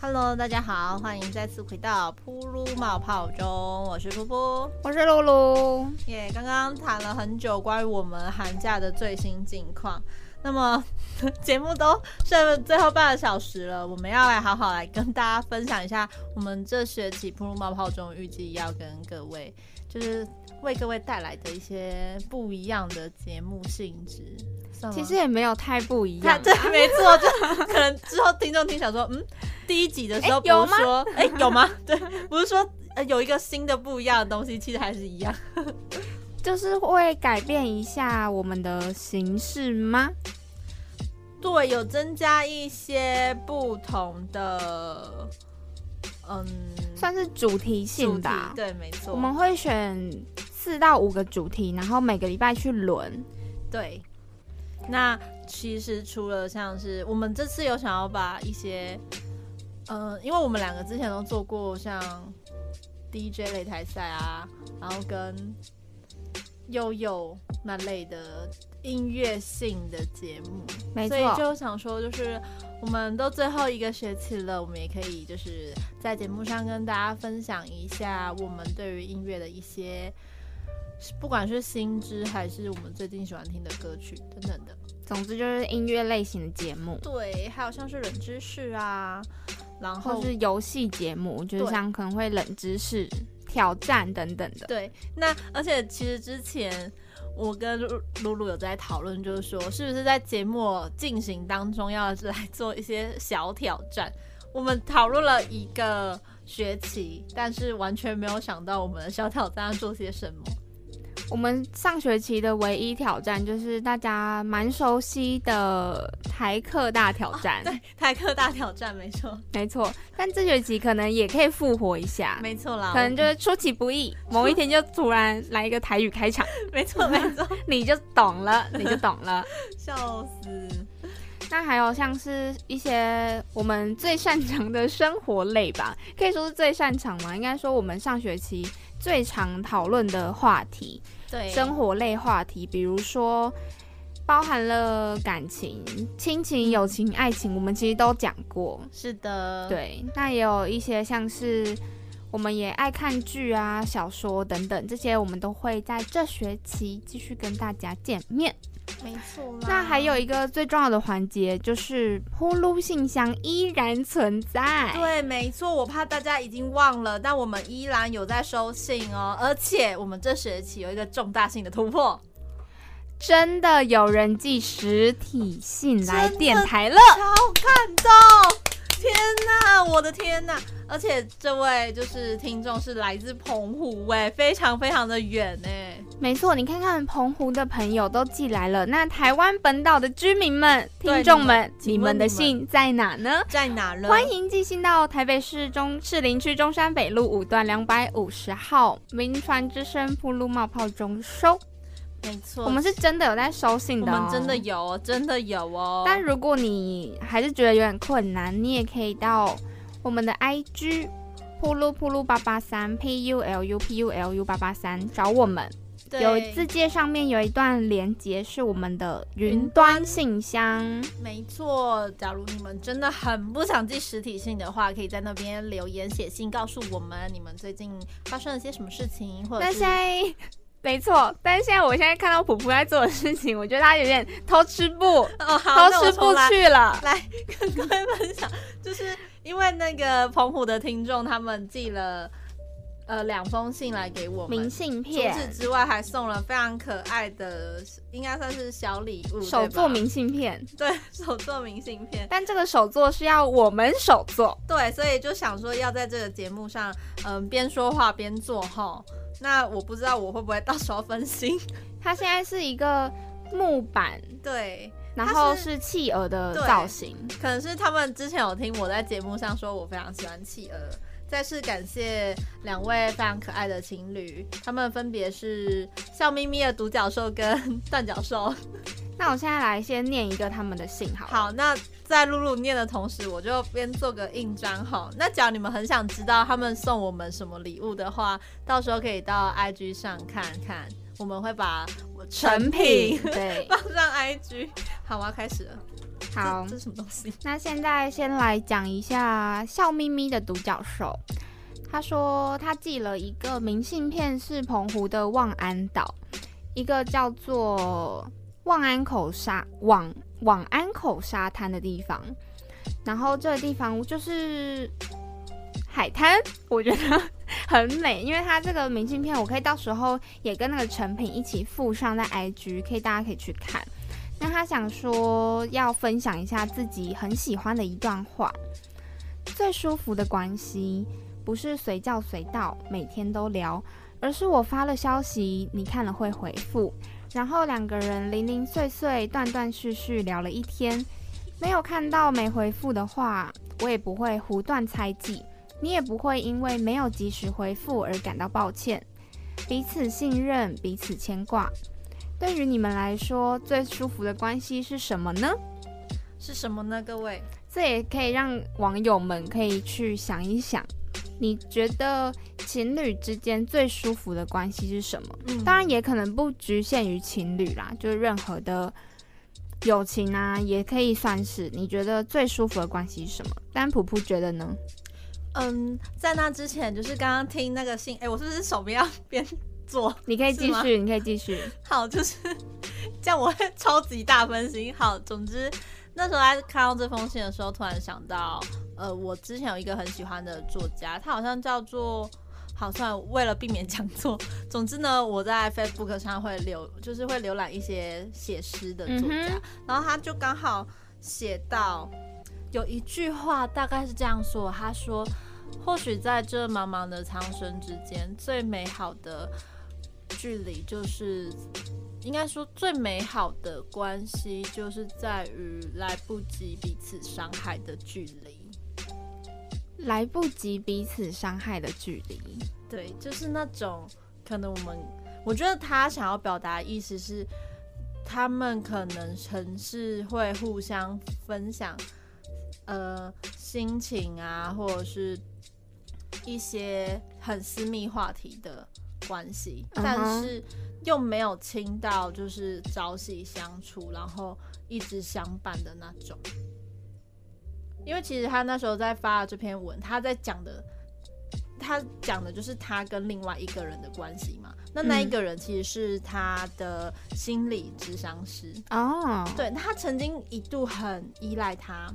Speaker 2: Hello，大家好，欢迎再次回到噗噜冒泡中，我是噗噗。
Speaker 1: *laughs* 我是露露，
Speaker 2: 耶、刚刚谈了很久关于我们寒假的最新近况。那么 *laughs* 节目都剩了最后半个小时了，我们要来好好来跟大家分享一下我们这学期《噗噜冒泡》中预计要跟各位，就是为各位带来的一些不一样的节目性质。算吗
Speaker 1: 其实也没有太不一
Speaker 2: 他
Speaker 1: 样。
Speaker 2: 对，没错，就可能之后听众听想说，嗯，第一集的时候
Speaker 1: 哎
Speaker 2: 不
Speaker 1: 有
Speaker 2: 是
Speaker 1: 吗
Speaker 2: 说，哎、有吗？对，不是说、呃、有一个新的不一样的东西，其实还是一样。
Speaker 1: 就是会改变一下我们的形式吗？
Speaker 2: 对，有增加一些不同的，嗯，
Speaker 1: 算是主题
Speaker 2: 主
Speaker 1: 性
Speaker 2: 题
Speaker 1: 吧。
Speaker 2: 对，没错，
Speaker 1: 我们会选四到五个主题，然后每个礼拜去轮。
Speaker 2: 对。那其实除了像是我们这次有想要把一些，嗯，因为我们两个之前都做过像 DJ 擂台赛啊，然后跟悠悠那类的音乐性的节目，
Speaker 1: 没
Speaker 2: 所以
Speaker 1: 错，
Speaker 2: 就想说，就是我们都最后一个学期了，我们也可以就是在节目上跟大家分享一下我们对于音乐的一些，不管是新知还是我们最近喜欢听的歌曲等等的。
Speaker 1: 总之就是音乐类型的节目，
Speaker 2: 对，还有像是冷知识啊，然
Speaker 1: 或
Speaker 2: 后
Speaker 1: 是游戏节目，就是
Speaker 2: 对
Speaker 1: 像可能会冷知识、挑战等等的。
Speaker 2: 对，那而且其实之前我跟露露露有在讨论，就是说是不是在节目进行当中要来做一些小挑战。我们讨论了一个学期，但是完全没有想到我们的小挑战要做些什么。
Speaker 1: 我们上学期的唯一挑战就是大家蛮熟悉的台客大挑战，
Speaker 2: 哦对，台客大挑战，没错，
Speaker 1: 没错。但这学期可能也可以复活一下，
Speaker 2: 没错啦，
Speaker 1: 可能就是出其不意，某一天就突然来一个台语开场， *laughs*
Speaker 2: 没错没错，
Speaker 1: 你就懂
Speaker 2: *laughs*
Speaker 1: 了，你就懂了。
Speaker 2: 笑死。
Speaker 1: 那还有像是一些我们最擅长的生活类吧，可以说是最擅长嘛，应该说我们上学期最常讨论的话题，
Speaker 2: 对，
Speaker 1: 生活类话题，比如说包含了感情、亲情、友情、爱情，我们其实都讲过。
Speaker 2: 是的，，
Speaker 1: 对，那也有一些像是我们也爱看剧啊、小说等等，这些我们都会在这学期继续跟大家
Speaker 2: 嗯
Speaker 1: 见面。
Speaker 2: 没错啦。
Speaker 1: 那还有一个最重要的环节就是呼噜信箱依然存在。
Speaker 2: 对，没错，我怕大家已经忘了，但我们依然有在收信哦，而且我们这学期有一个重大性的突破，
Speaker 1: 真的有人寄实体信来
Speaker 2: 真的
Speaker 1: 电台了。
Speaker 2: 超感动！天哪，我的天哪！而且这位就是听众是来自澎湖哎，非常非常的远哎，
Speaker 1: 没错，你看看澎湖的朋友都寄来了，那台湾本岛的居民们、
Speaker 2: 对
Speaker 1: 听众们，
Speaker 2: 你们
Speaker 1: 你
Speaker 2: 请问
Speaker 1: 们的
Speaker 2: 你们
Speaker 1: 信在哪呢？
Speaker 2: 在哪呢？
Speaker 1: 欢迎寄信到台北市中士林区中山北路五段两百五十号民传之声铺路冒泡中收。
Speaker 2: 没错，
Speaker 1: 我们是真的有在收信
Speaker 2: 哦我
Speaker 1: 的、哦，
Speaker 2: 们真的。有哦，真的有哦。
Speaker 1: 但如果你还是觉得有点困难，你也可以到我们的 IG 铺路铺路八八三 P U L U P U L U 八八三找我们。
Speaker 2: 对
Speaker 1: 有字界上面有一段连接是我们的
Speaker 2: 云
Speaker 1: 云端信箱，
Speaker 2: 没错，假如你们真的很不想寄实体信的话，可以在那边留言写信告诉我们你们最近发生了些什么事情，或者
Speaker 1: 但
Speaker 2: 哦是
Speaker 1: 现在。没错，但是现在我现在看到普普在做的事情，我觉得他有点偷吃步，
Speaker 2: *laughs* 哦，好，
Speaker 1: 偷
Speaker 2: 那我
Speaker 1: 吃
Speaker 2: 重
Speaker 1: 步
Speaker 2: 来
Speaker 1: 去了。
Speaker 2: 来跟各位分享，就是因为那个澎湖的听众他们寄了呃两封信来给我
Speaker 1: 明
Speaker 2: 们。
Speaker 1: 信
Speaker 2: 除此
Speaker 1: 片，
Speaker 2: 之外，还送了非常可爱的，应该算是小礼物，
Speaker 1: 手做
Speaker 2: 对吧
Speaker 1: 明信片，
Speaker 2: 对 *laughs* 手做明信片，
Speaker 1: 但这个手做是要我们手做，
Speaker 2: 对，所以就想说要在这个节目上，嗯，边说话边做哈。那我不知道我会不会到时候分心， *laughs*
Speaker 1: 它现在是一个木板，
Speaker 2: 对，
Speaker 1: 然后
Speaker 2: 是
Speaker 1: 是企鹅的
Speaker 2: 对
Speaker 1: 造型。
Speaker 2: 可能是他们之前有听我在节目上说我非常喜欢企鹅。再次感谢两位非常可爱的情侣，他们分别是笑眯眯的独角兽跟 *laughs* 断角兽。
Speaker 1: 那我现在来先念一个他们的信好了，
Speaker 2: 好，那在露露念的同时，我就边做个印章哈。那假如你们很想知道他们送我们什么礼物的话，到时候可以到 IG 上看看，我们会把我
Speaker 1: 成品对。 *laughs*
Speaker 2: 放上 IG。好，我要开始了。
Speaker 3: 好
Speaker 2: 这，这是什么东西？
Speaker 3: 那现在先来讲一下笑眯眯的独角兽。他说他寄了一个明信片，是澎湖的望安岛，一个叫做望安口沙往往安口沙滩的地方。然后这个地方就是海滩，我觉得很美，因为它这个明信片，我可以到时候也跟那个成品一起附上在 IG，可以大家可以去看。那他想说要分享一下自己很喜欢的一段话：最舒服的关系不是随叫随到，每天都聊，而是我发了消息，你看了会回复，然后两个人零零碎碎、断断续续聊了一天。没有看到没回复的话，我也不会胡乱猜忌，你也不会因为没有及时回复而感到抱歉。彼此信任，彼此牵挂，对于你们来说，最舒服的关系是什么呢？
Speaker 2: 是什么呢？各位，
Speaker 3: 这也可以让网友们可以去想一想，你觉得情侣之间最舒服的关系是什么？
Speaker 2: 嗯
Speaker 3: 当然也可能不局限于情侣啦，就是任何的友情啊，也可以算是你觉得最舒服的关系是什么？但普普觉得呢？
Speaker 2: 嗯，在那之前，就是刚刚听那个信，哎、我是不是手边要边做？
Speaker 3: 你可以
Speaker 2: 是
Speaker 3: 继
Speaker 2: 吗
Speaker 3: 续，你可以继
Speaker 2: *laughs*
Speaker 3: 续。
Speaker 2: 好，就是这样，我会超级大分心。好，总之那时候在看到这封信的时候，突然想到，呃，我之前有一个很喜欢的作家，他好像叫做。好，算了，为了避免讲错，总之呢，我在 Facebook 上会浏，就是会浏览一些写诗的作家，
Speaker 3: 嗯
Speaker 2: 然后他就刚好写到有一句话，大概是这样说，他说：“或许在这茫茫的苍生之间，最美好的距离就是，应该说最美好的关系，就是在于来不及彼此伤害的距离。
Speaker 3: 来不及彼此伤害的距离，
Speaker 2: 对，就是那种可能我们，我觉得他想要表达的意思是，他们可能很是会互相分享，呃，心情啊，或者是一些很私密话题的关系，
Speaker 3: 嗯哼
Speaker 2: 但是又没有亲到就是朝夕相处，然后一直相伴的那种。因为其实他那时候在发这篇文，他在讲的，他讲的就是他跟另外一个人的关系嘛。那那一
Speaker 3: 嗯
Speaker 2: 个人其实是他的心理智商师，
Speaker 3: 哦，
Speaker 2: 对他曾经一度很依赖他，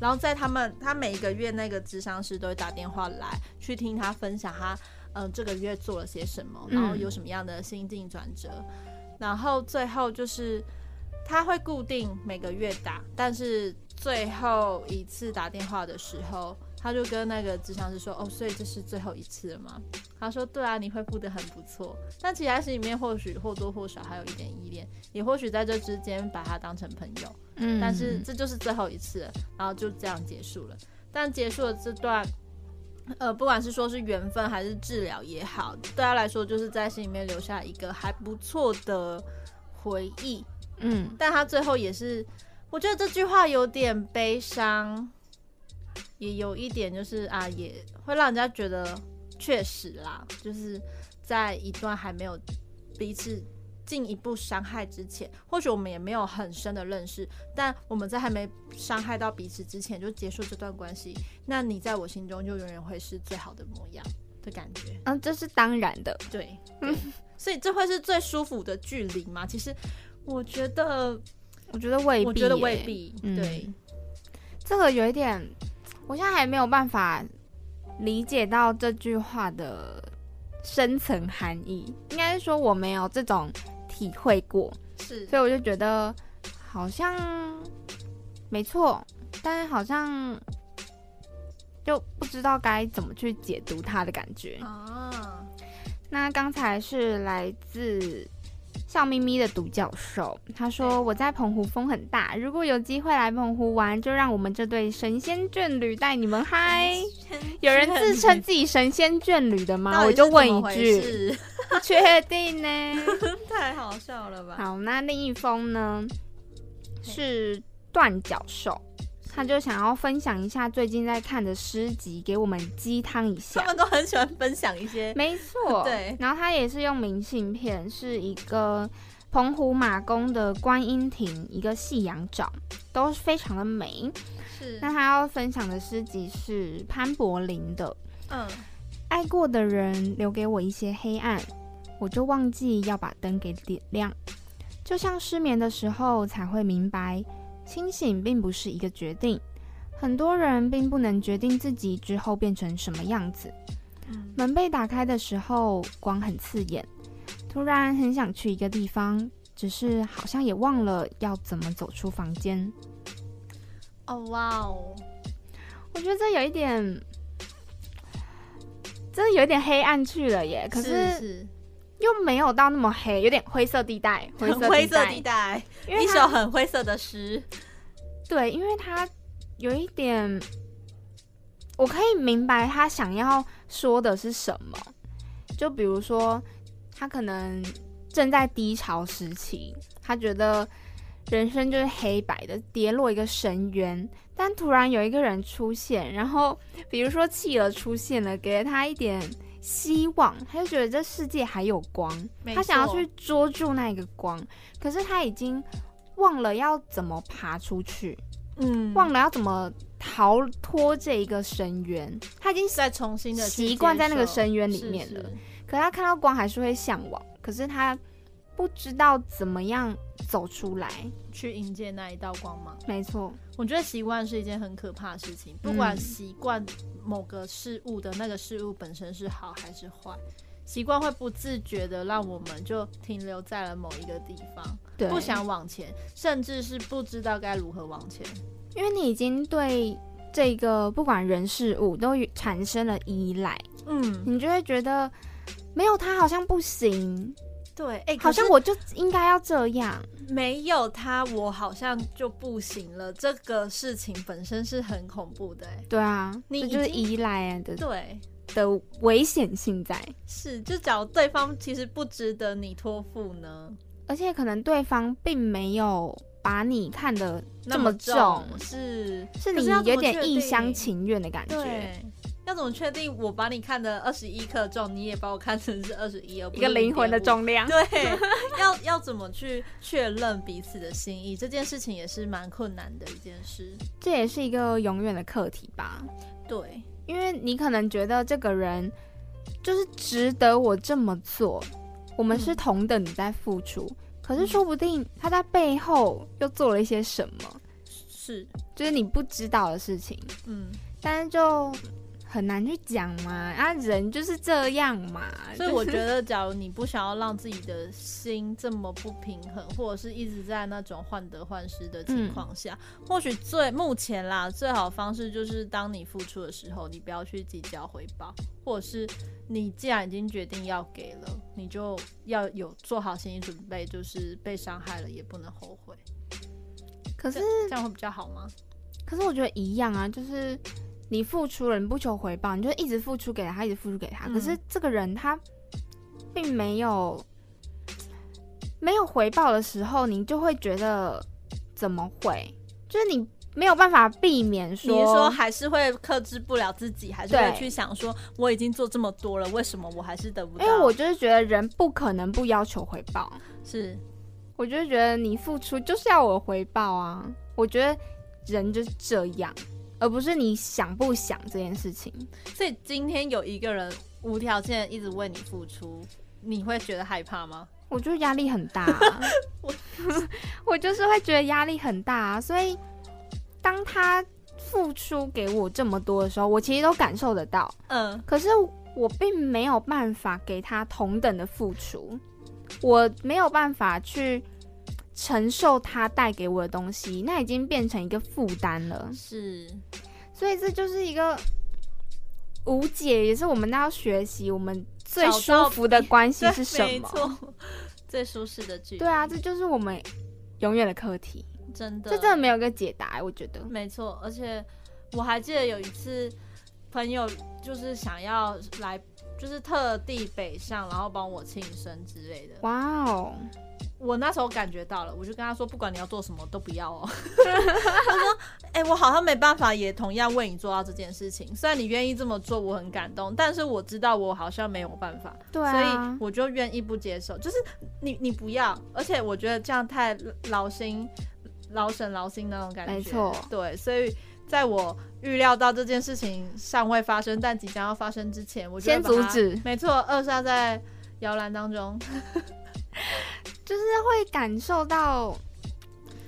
Speaker 2: 然后在他们他每个月那个智商师都会打电话来去听他分享他嗯、呃这个月做了些什么，
Speaker 3: 嗯
Speaker 2: 然后有什么样的心境转折，然后最后就是他会固定每个月打，但是最后一次打电话的时候。他就跟那个智商师说：“哦，所以这是最后一次了吗？”他说：“对啊，你恢复的很不错。”但其实他心里面或许或多或少还有一点依恋，也或许在这之间把他当成朋友，
Speaker 3: 嗯
Speaker 2: 但是这就是最后一次了，然后就这样结束了。但结束了这段，呃，不管是说是缘分还是治疗也好，对他来说就是在心里面留下一个还不错的回忆。
Speaker 3: 嗯，
Speaker 2: 但他最后也是，我觉得这句话有点悲伤，也有一点就是啊，也会让人家觉得确实啦，就是在一段还没有彼此进一步伤害之前，或许我们也没有很深的认识，但我们在还没伤害到彼此之前就结束这段关系，那你在我心中就永远会是最好的模样的感觉。
Speaker 3: 嗯，这是当然的，
Speaker 2: 对，对所以这会是最舒服的距离吗？其实我觉得
Speaker 3: 我觉得未必耶，
Speaker 2: 我觉得未必，
Speaker 3: 嗯
Speaker 2: 对，
Speaker 3: 这个有一点，我现在还没有办法理解到这句话的深层含义。应该是说我没有这种体会过，
Speaker 2: 是
Speaker 3: 所以我就觉得好像没错，但是好像就不知道该怎么去解读它的感觉。
Speaker 2: 啊，
Speaker 3: 那刚才是来自笑眯眯的独角兽，他说我在澎湖风很大，如果有机会来澎湖玩，就让我们这对神仙眷侣带你们嗨。有人自称自己神仙眷侣的
Speaker 2: 啊
Speaker 3: 吗？我就问一句，，确定呢？
Speaker 2: *laughs* 太好笑了吧？
Speaker 3: 好，那另一封呢是断脚兽，他就想要分享一下最近在看的诗集，给我们鸡汤一下 *laughs*
Speaker 2: 他。们都很喜欢分享一些，
Speaker 3: 没错，
Speaker 2: 对
Speaker 3: 然后他也是用明信片，是一个澎湖马公的观音亭、一个夕阳照，都非常的美。
Speaker 9: 是
Speaker 3: 那他要分享的诗集是潘柏林的《
Speaker 9: 嗯，
Speaker 3: 爱过的人留给我一些黑暗，我就忘记要把灯给点亮。就像失眠的时候才会明白，清醒并不是一个决定。很多人并不能决定自己之后变成什么样子。门被打开的时候，光很刺眼，突然很想去一个地方，只是好像也忘了要怎么走出房间。
Speaker 2: 哦哇哦，
Speaker 3: 我觉得这有一点，真的有一点黑暗去了耶。可是
Speaker 2: 是
Speaker 3: 又没有到那么黑，有点灰色地带，灰
Speaker 2: 很
Speaker 3: 色
Speaker 2: *laughs* 灰色地，带，
Speaker 3: 因为
Speaker 2: 一首
Speaker 3: 它
Speaker 2: 很灰色的诗，
Speaker 3: 对，因为他有一点，我可以明白他想要说的是什么。就比如说，他可能正在低潮时期，他觉得人生就是黑白的，跌落一个深渊。但突然有一个人出现，然后比如说企鹅出现了，给了他一点希望，他就觉得这世界还有光，
Speaker 2: 没
Speaker 3: 他想要
Speaker 2: 错
Speaker 3: 去捉住那一个光，可是他已经忘了要怎么爬出去，
Speaker 2: 嗯
Speaker 3: 忘了要怎么逃脱这一个深渊，他已经
Speaker 2: 再重新的
Speaker 3: 习惯在那个深渊里面了。可他看到光还是会向往，可是他不知道怎么样走出来。
Speaker 2: 去迎接那一道光芒。
Speaker 3: 没错，
Speaker 2: 我觉得习惯是一件很可怕的事情，不管
Speaker 3: 嗯
Speaker 2: 习惯某个事物的那个事物本身是好还是坏，习惯会不自觉的让我们就停留在了某一个地方，
Speaker 3: 对，
Speaker 2: 不想往前，甚至是不知道该如何往前。
Speaker 3: 因为你已经对这个不管人事物都有产生了依赖，
Speaker 2: 嗯，
Speaker 3: 你就会觉得没有他好像不行，
Speaker 2: 对，哎、
Speaker 3: 好像我就应该要这样。
Speaker 2: 没有他，我好像就不行了。这个事情本身是很恐怖的、哎，
Speaker 3: 对啊，
Speaker 2: 你
Speaker 3: 这
Speaker 2: 已
Speaker 3: 就是
Speaker 2: 经
Speaker 3: 依赖的
Speaker 2: 对，
Speaker 3: 的危险性在，
Speaker 2: 是，就假如对方其实不值得你托付呢，
Speaker 3: 而且可能对方并没有把你看得
Speaker 2: 那
Speaker 3: 这么
Speaker 2: 重
Speaker 3: 重，
Speaker 2: 是，
Speaker 3: 是
Speaker 2: 可
Speaker 3: 你
Speaker 2: 是要怎
Speaker 3: 有
Speaker 2: 么确
Speaker 3: 点一
Speaker 2: 定
Speaker 3: 厢情愿的感觉，
Speaker 2: 对，要怎么确定我把你看的二十一克重，你也把我看成是二十一，而不
Speaker 3: 一
Speaker 2: 是
Speaker 3: 个灵魂的
Speaker 2: 0.5？
Speaker 3: 重量。
Speaker 2: 对，要要怎么去确认彼此的心意，这件事情也是蛮困难的一件事。
Speaker 3: 这也是一个永远的课题吧，
Speaker 2: 对，
Speaker 3: 因为你可能觉得这个人就是值得我这么做，我们是
Speaker 2: 嗯
Speaker 3: 同等的在付出，可是说不定他在背后又做了一些什么，
Speaker 2: 是，
Speaker 3: 就是你不知道的事情，
Speaker 2: 嗯，
Speaker 3: 但是就很难去讲嘛，啊，人就是这样嘛，
Speaker 2: 所以
Speaker 3: 就
Speaker 2: 我
Speaker 3: 是
Speaker 2: 觉
Speaker 3: *laughs*
Speaker 2: 得，假如你不想要让自己的心这么不平衡，或者是一直在那种患得患失的情况下，
Speaker 3: 嗯
Speaker 2: 或许最目前啦，最好的方式就是当你付出的时候，你不要去计较回报，或者是你既然已经决定要给了，你就要有做好心理准备，就是被伤害了也不能后悔，
Speaker 3: 嗯可是
Speaker 2: 这样会比较好吗？
Speaker 3: 可是我觉得一样啊，就是你付出了，你不求回报，你就一直付出给他，一直付出给他。
Speaker 2: 嗯
Speaker 3: 可是这个人他并没有没有回报的时候，你就会觉得怎么会？就是你没有办法避免
Speaker 2: 你
Speaker 3: 说，
Speaker 2: 是说还是会克制不了自己，还是会
Speaker 3: 对
Speaker 2: 去想说我已经做这么多了，为什么我还是得不到？
Speaker 3: 因为哎我就是觉得人不可能不要求回报，
Speaker 2: 是
Speaker 3: 我就是觉得你付出就是要我回报啊。我觉得人就是这样，而不是你想不想这件事情。
Speaker 2: 所以今天有一个人无条件一直为你付出，你会觉得害怕吗？
Speaker 3: 我就压力很大、
Speaker 2: *laughs*
Speaker 3: 啊，我 *laughs* 我就是会觉得压力很大、啊，所以当他付出给我这么多的时候，我其实都感受得到，
Speaker 2: 嗯，
Speaker 3: 可是我并没有办法给他同等的付出，我没有办法去承受他带给我的东西，那已经变成一个负担了，
Speaker 2: 是，
Speaker 3: 所以这就是一个无解，也是我们要学习我们最
Speaker 2: 找到
Speaker 3: 舒服的关系
Speaker 2: 对
Speaker 3: 是什
Speaker 2: 没
Speaker 3: 么。
Speaker 2: 错， *laughs* 最舒适的距离。
Speaker 3: 对啊，这就是我们永远的课题，
Speaker 2: 真的，
Speaker 3: 这真的没有一个解答、我觉得。
Speaker 2: 没错。而且我还记得有一次，朋友就是想要来，就是特地北上，然后帮我庆生之类的。
Speaker 3: 哇哦， *laughs*
Speaker 2: 我那时候感觉到了，我就跟他说，不管你要做什么都不要哦。他说，哎、哎、我好像没办法，也同样为你做到这件事情。虽然你愿意这么做，我很感动，但是我知道我好像没有办法，
Speaker 3: 对啊
Speaker 2: 所以我就愿意不接受。就是你，你不要，而且我觉得这样太劳心、劳神、劳心那种感觉。
Speaker 3: 没错
Speaker 2: 对，所以在我预料到这件事情尚未发生，但即将要发生之前，我就会
Speaker 3: 先
Speaker 2: 把它
Speaker 3: 阻止
Speaker 2: 没错，扼杀在摇篮当中，
Speaker 3: 就是会感受到，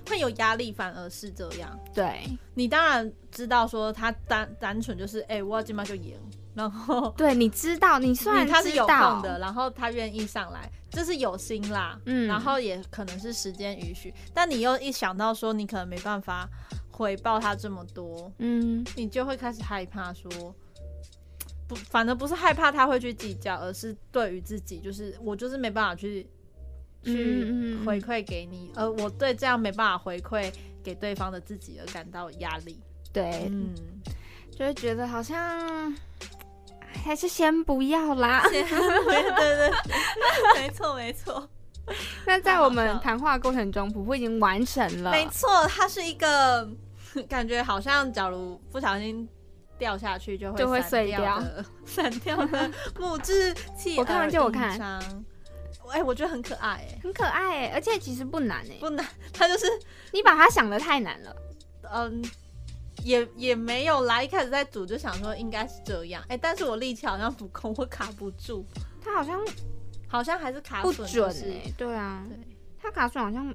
Speaker 2: 会有压力，反而是这样。
Speaker 3: 对
Speaker 2: 你当然知道说他单单纯就是，哎、我要进麦就赢，然后
Speaker 3: 对，你知道，你 *laughs* 虽然
Speaker 2: 你他是
Speaker 3: 知
Speaker 2: 有
Speaker 3: 道
Speaker 2: 空的，，然后他愿意上来，这是有心啦，
Speaker 3: 嗯
Speaker 2: 然后也可能是时间允许，但你又一想到说你可能没办法回报他这么多，
Speaker 3: 嗯，
Speaker 2: 你就会开始害怕说。不，反正不是害怕他会去计较，而是对于自己，就是我就是没办法去去
Speaker 3: 嗯嗯嗯嗯
Speaker 2: 回馈给你，而我对这样没办法回馈给对方的自己而感到压力。
Speaker 3: 对，
Speaker 2: 嗯，
Speaker 3: 就会觉得好像还是先不要啦。
Speaker 2: *laughs* 对对对，没 *laughs* 错没错
Speaker 3: 那在我们
Speaker 2: 好笑
Speaker 3: 谈话过程中，普普已经完成了，
Speaker 2: 没错，它是一个 *laughs* 感觉好像，假如不小心掉下去就会
Speaker 3: 就会碎
Speaker 2: 掉的 *laughs* 散掉的木质器
Speaker 3: *laughs*
Speaker 2: 呃
Speaker 3: 我看完
Speaker 2: 耳
Speaker 3: 就我
Speaker 2: 硬
Speaker 3: 看
Speaker 2: 伤。哎、我觉得很可爱哎、
Speaker 3: 很可爱、欸，而且其实不难哎、
Speaker 2: 不难，它就是
Speaker 3: 你把它想的太难了，
Speaker 2: 嗯。也也没有啦，一开始在煮就想说应该是这样，哎、但是我力气好像不够，我卡不住，
Speaker 3: 它好像
Speaker 2: 好像还是卡
Speaker 3: 不
Speaker 2: 榫
Speaker 3: 准
Speaker 2: 就是
Speaker 3: 哎、对啊，
Speaker 2: 对
Speaker 3: 它卡榫好像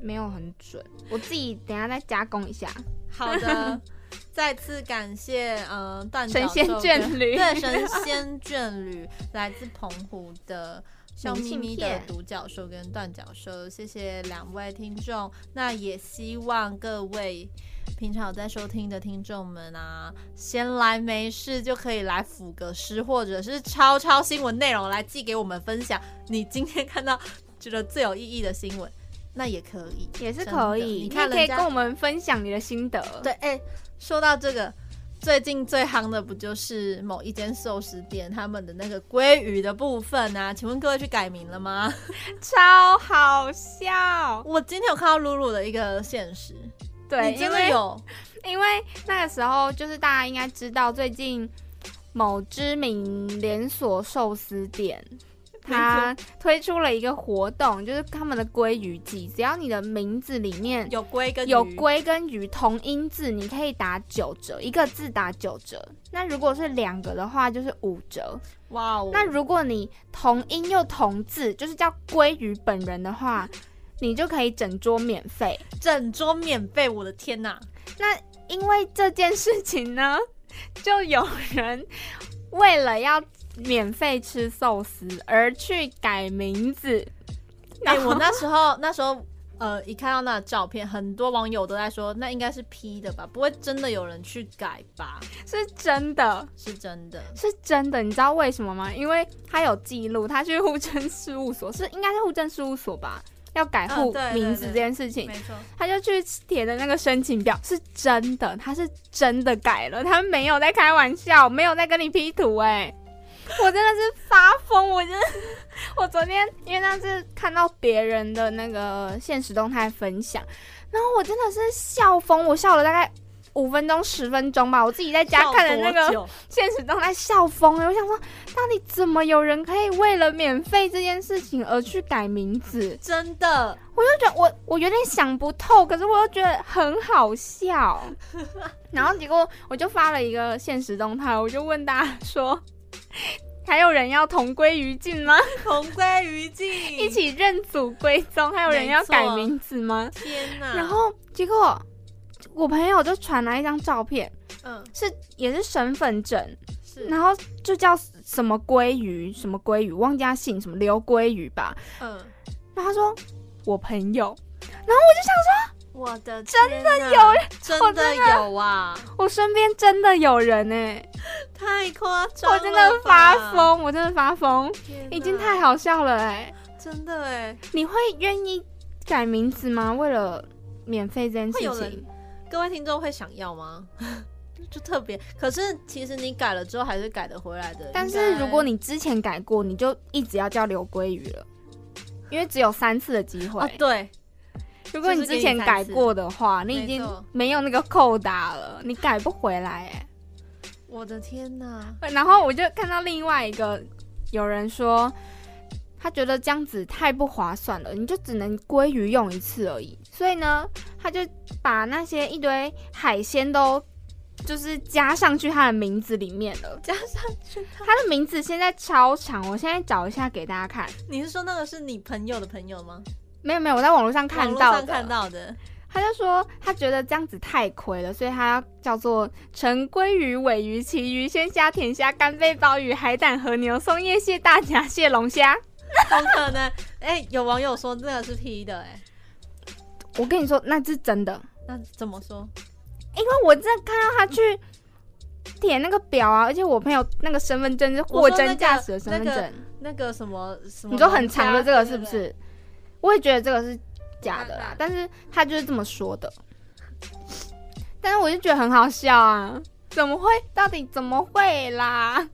Speaker 3: 没有很准，我自己等一下再加工一下。
Speaker 2: 好的， *laughs* 再次感谢嗯、呃，断
Speaker 3: 神
Speaker 2: 脚
Speaker 3: 仙
Speaker 2: 兽
Speaker 3: 眷
Speaker 2: 跟
Speaker 3: *laughs* 侣
Speaker 2: *laughs* 对神仙眷侣，来自澎湖的。笑
Speaker 3: 明
Speaker 2: 眯
Speaker 3: 信
Speaker 2: 眯的
Speaker 3: 片
Speaker 2: 独角兽跟断脚兽，谢谢两位听众。那也希望各位平常有在收听的听众们啊，闲来没事就可以来辅个诗，或者是抄抄新闻内容来寄给我们分享。你今天看到觉得最有意义的新闻，那也可以，
Speaker 3: 也是
Speaker 2: 真
Speaker 3: 可
Speaker 2: 的
Speaker 3: 以，
Speaker 2: 你
Speaker 3: 你
Speaker 2: 看
Speaker 3: 也可
Speaker 2: 人
Speaker 3: 以
Speaker 2: 家
Speaker 3: 跟我们分享你的心得。
Speaker 2: 对，，哎、说到这个，最近最夯的不就是某一间寿司店他们的那个鲑鱼的部分啊？请问各位去改名了吗？ *laughs*
Speaker 3: 超好笑。
Speaker 2: 我今天有看到露露的一个现实，
Speaker 3: 对，
Speaker 2: 你真
Speaker 3: 因
Speaker 2: 的
Speaker 3: 为
Speaker 2: 有
Speaker 3: 因为那个时候就是大家应该知道，最近某知名连锁寿司
Speaker 2: *laughs*
Speaker 3: 店，它推出了一个活动，就是他们的鲑鱼季，只要你的名字里面
Speaker 2: 有龟跟
Speaker 3: 有
Speaker 2: 鱼，
Speaker 3: 龟跟鱼同音字，你可以打九折，一个字打九折。那如果是两个的话，就是五折。
Speaker 2: 哇哦，
Speaker 3: 那如果你同音又同字，就是叫鲑鱼本人的话，你就可以整桌免费。
Speaker 2: 整桌免费，我的天呐、
Speaker 3: 因为这件事情呢， *laughs* 就有人为了要免费吃寿司而去改名字。
Speaker 2: 哎、
Speaker 3: *laughs* 然后
Speaker 2: 我那时候那时候。呃，一看到那照片，很多网友都在说，那应该是 P 的吧，不会真的有人去改吧？
Speaker 3: 是真的，
Speaker 2: 是真的，
Speaker 3: 是真的，你知道为什么吗？因为他有记录，他去户政事务所，是应该是户政事务所吧，要改
Speaker 2: 嗯
Speaker 3: 户
Speaker 2: 对对
Speaker 3: 名字
Speaker 2: 对
Speaker 3: 这件事情，
Speaker 2: 错，
Speaker 3: 他就去填的那个申请表是真的，他是真的改了，他没有在开玩笑，没有在跟你 P 图哎、 *laughs* 我真的是发疯，我真的， *laughs* 我昨天因为那是看到别人的那个现实动态分享，然后我真的是笑疯，我笑了大概五分钟十分钟吧，我自己在家看的那
Speaker 2: 笑多
Speaker 3: 个
Speaker 2: 久
Speaker 3: 现实动态笑疯了，我想说，到底怎么有人可以为了免费这件事情而去改名字？
Speaker 2: 真的，
Speaker 3: 我就觉得我我有点想不透，可是我又觉得很好笑。然后结果我就发了一个现实动态，我就问大家说：“还有人要同归于尽吗？
Speaker 2: 同归于尽，
Speaker 3: 一起认祖归宗？还有人要改名字吗
Speaker 2: 天？”呐！
Speaker 3: 然后结果我朋友就传来一张照片，
Speaker 2: 嗯，
Speaker 3: 是也是身份证，
Speaker 2: 是，
Speaker 3: 然后就叫什么鲑鱼什么鲑鱼，忘记他姓什么刘鲑鱼吧。
Speaker 2: 嗯，
Speaker 3: 然后他说：“我朋友。”
Speaker 2: 我的真的
Speaker 3: 有
Speaker 2: 有，真的有啊，
Speaker 3: 我身边真的有人哎、
Speaker 2: *laughs* 太夸张了，
Speaker 3: 我真的发，疯，我真的发疯，哎
Speaker 2: 天哪
Speaker 3: 已经太，好笑了哎、
Speaker 2: 真的哎，
Speaker 3: 你会愿意改名字吗？为了免费这件事
Speaker 2: 会有
Speaker 3: 情
Speaker 2: 人，各位听众会想要吗？就特别，可是其实你改了之后还是改得回来的。
Speaker 3: 但
Speaker 2: 应
Speaker 3: 是
Speaker 2: 该
Speaker 3: 如果你之前改过，你就一直要叫刘鲑鱼了，因为只有三次的机会。
Speaker 2: 哦对，
Speaker 3: 如果你之前改过的话，你已经
Speaker 2: 没错
Speaker 3: 没有那个扣打了，你改不回来哎、
Speaker 2: 我的天哪！
Speaker 3: 然后我就看到另外一个有人说，他觉得这样子太不划算了，你就只能鲑鱼用一次而已。所以呢，他就把那些一堆海鲜都就是加上去他的名字里面了。
Speaker 2: *laughs* 加上去他，
Speaker 3: 他的名字现在超长，我现在找一下给大家看。
Speaker 2: 你是说那个是你朋友的朋友吗？
Speaker 3: 没有没有，我在网络上看
Speaker 2: 网
Speaker 3: 到
Speaker 2: 络
Speaker 3: 的。
Speaker 2: 上看到的，
Speaker 3: 他就说他觉得这样子太亏了，所以他叫做陈鲑鱼、尾鱼、旗鱼、鲜虾、甜虾、干贝、鲍鱼、海胆、和牛、松叶蟹、大闸蟹、龙虾。
Speaker 2: 怎么可能？哎、有网友说那个是 P 的、哎，
Speaker 3: 我跟你说，那是真的，
Speaker 2: 那怎么说？
Speaker 3: 因为我真的看到他去填那个表啊，而且我朋友那个身份证是货真价实的身份证，
Speaker 2: 我说那那个什么什么，
Speaker 3: 你说很长的这个是不
Speaker 2: 对？对对
Speaker 3: 是？我也觉得这个是假的
Speaker 2: 当
Speaker 3: 啦
Speaker 2: 然，
Speaker 3: 但是他就是这么说的，但是我就觉得很好笑啊，怎么会？到底怎么会啦？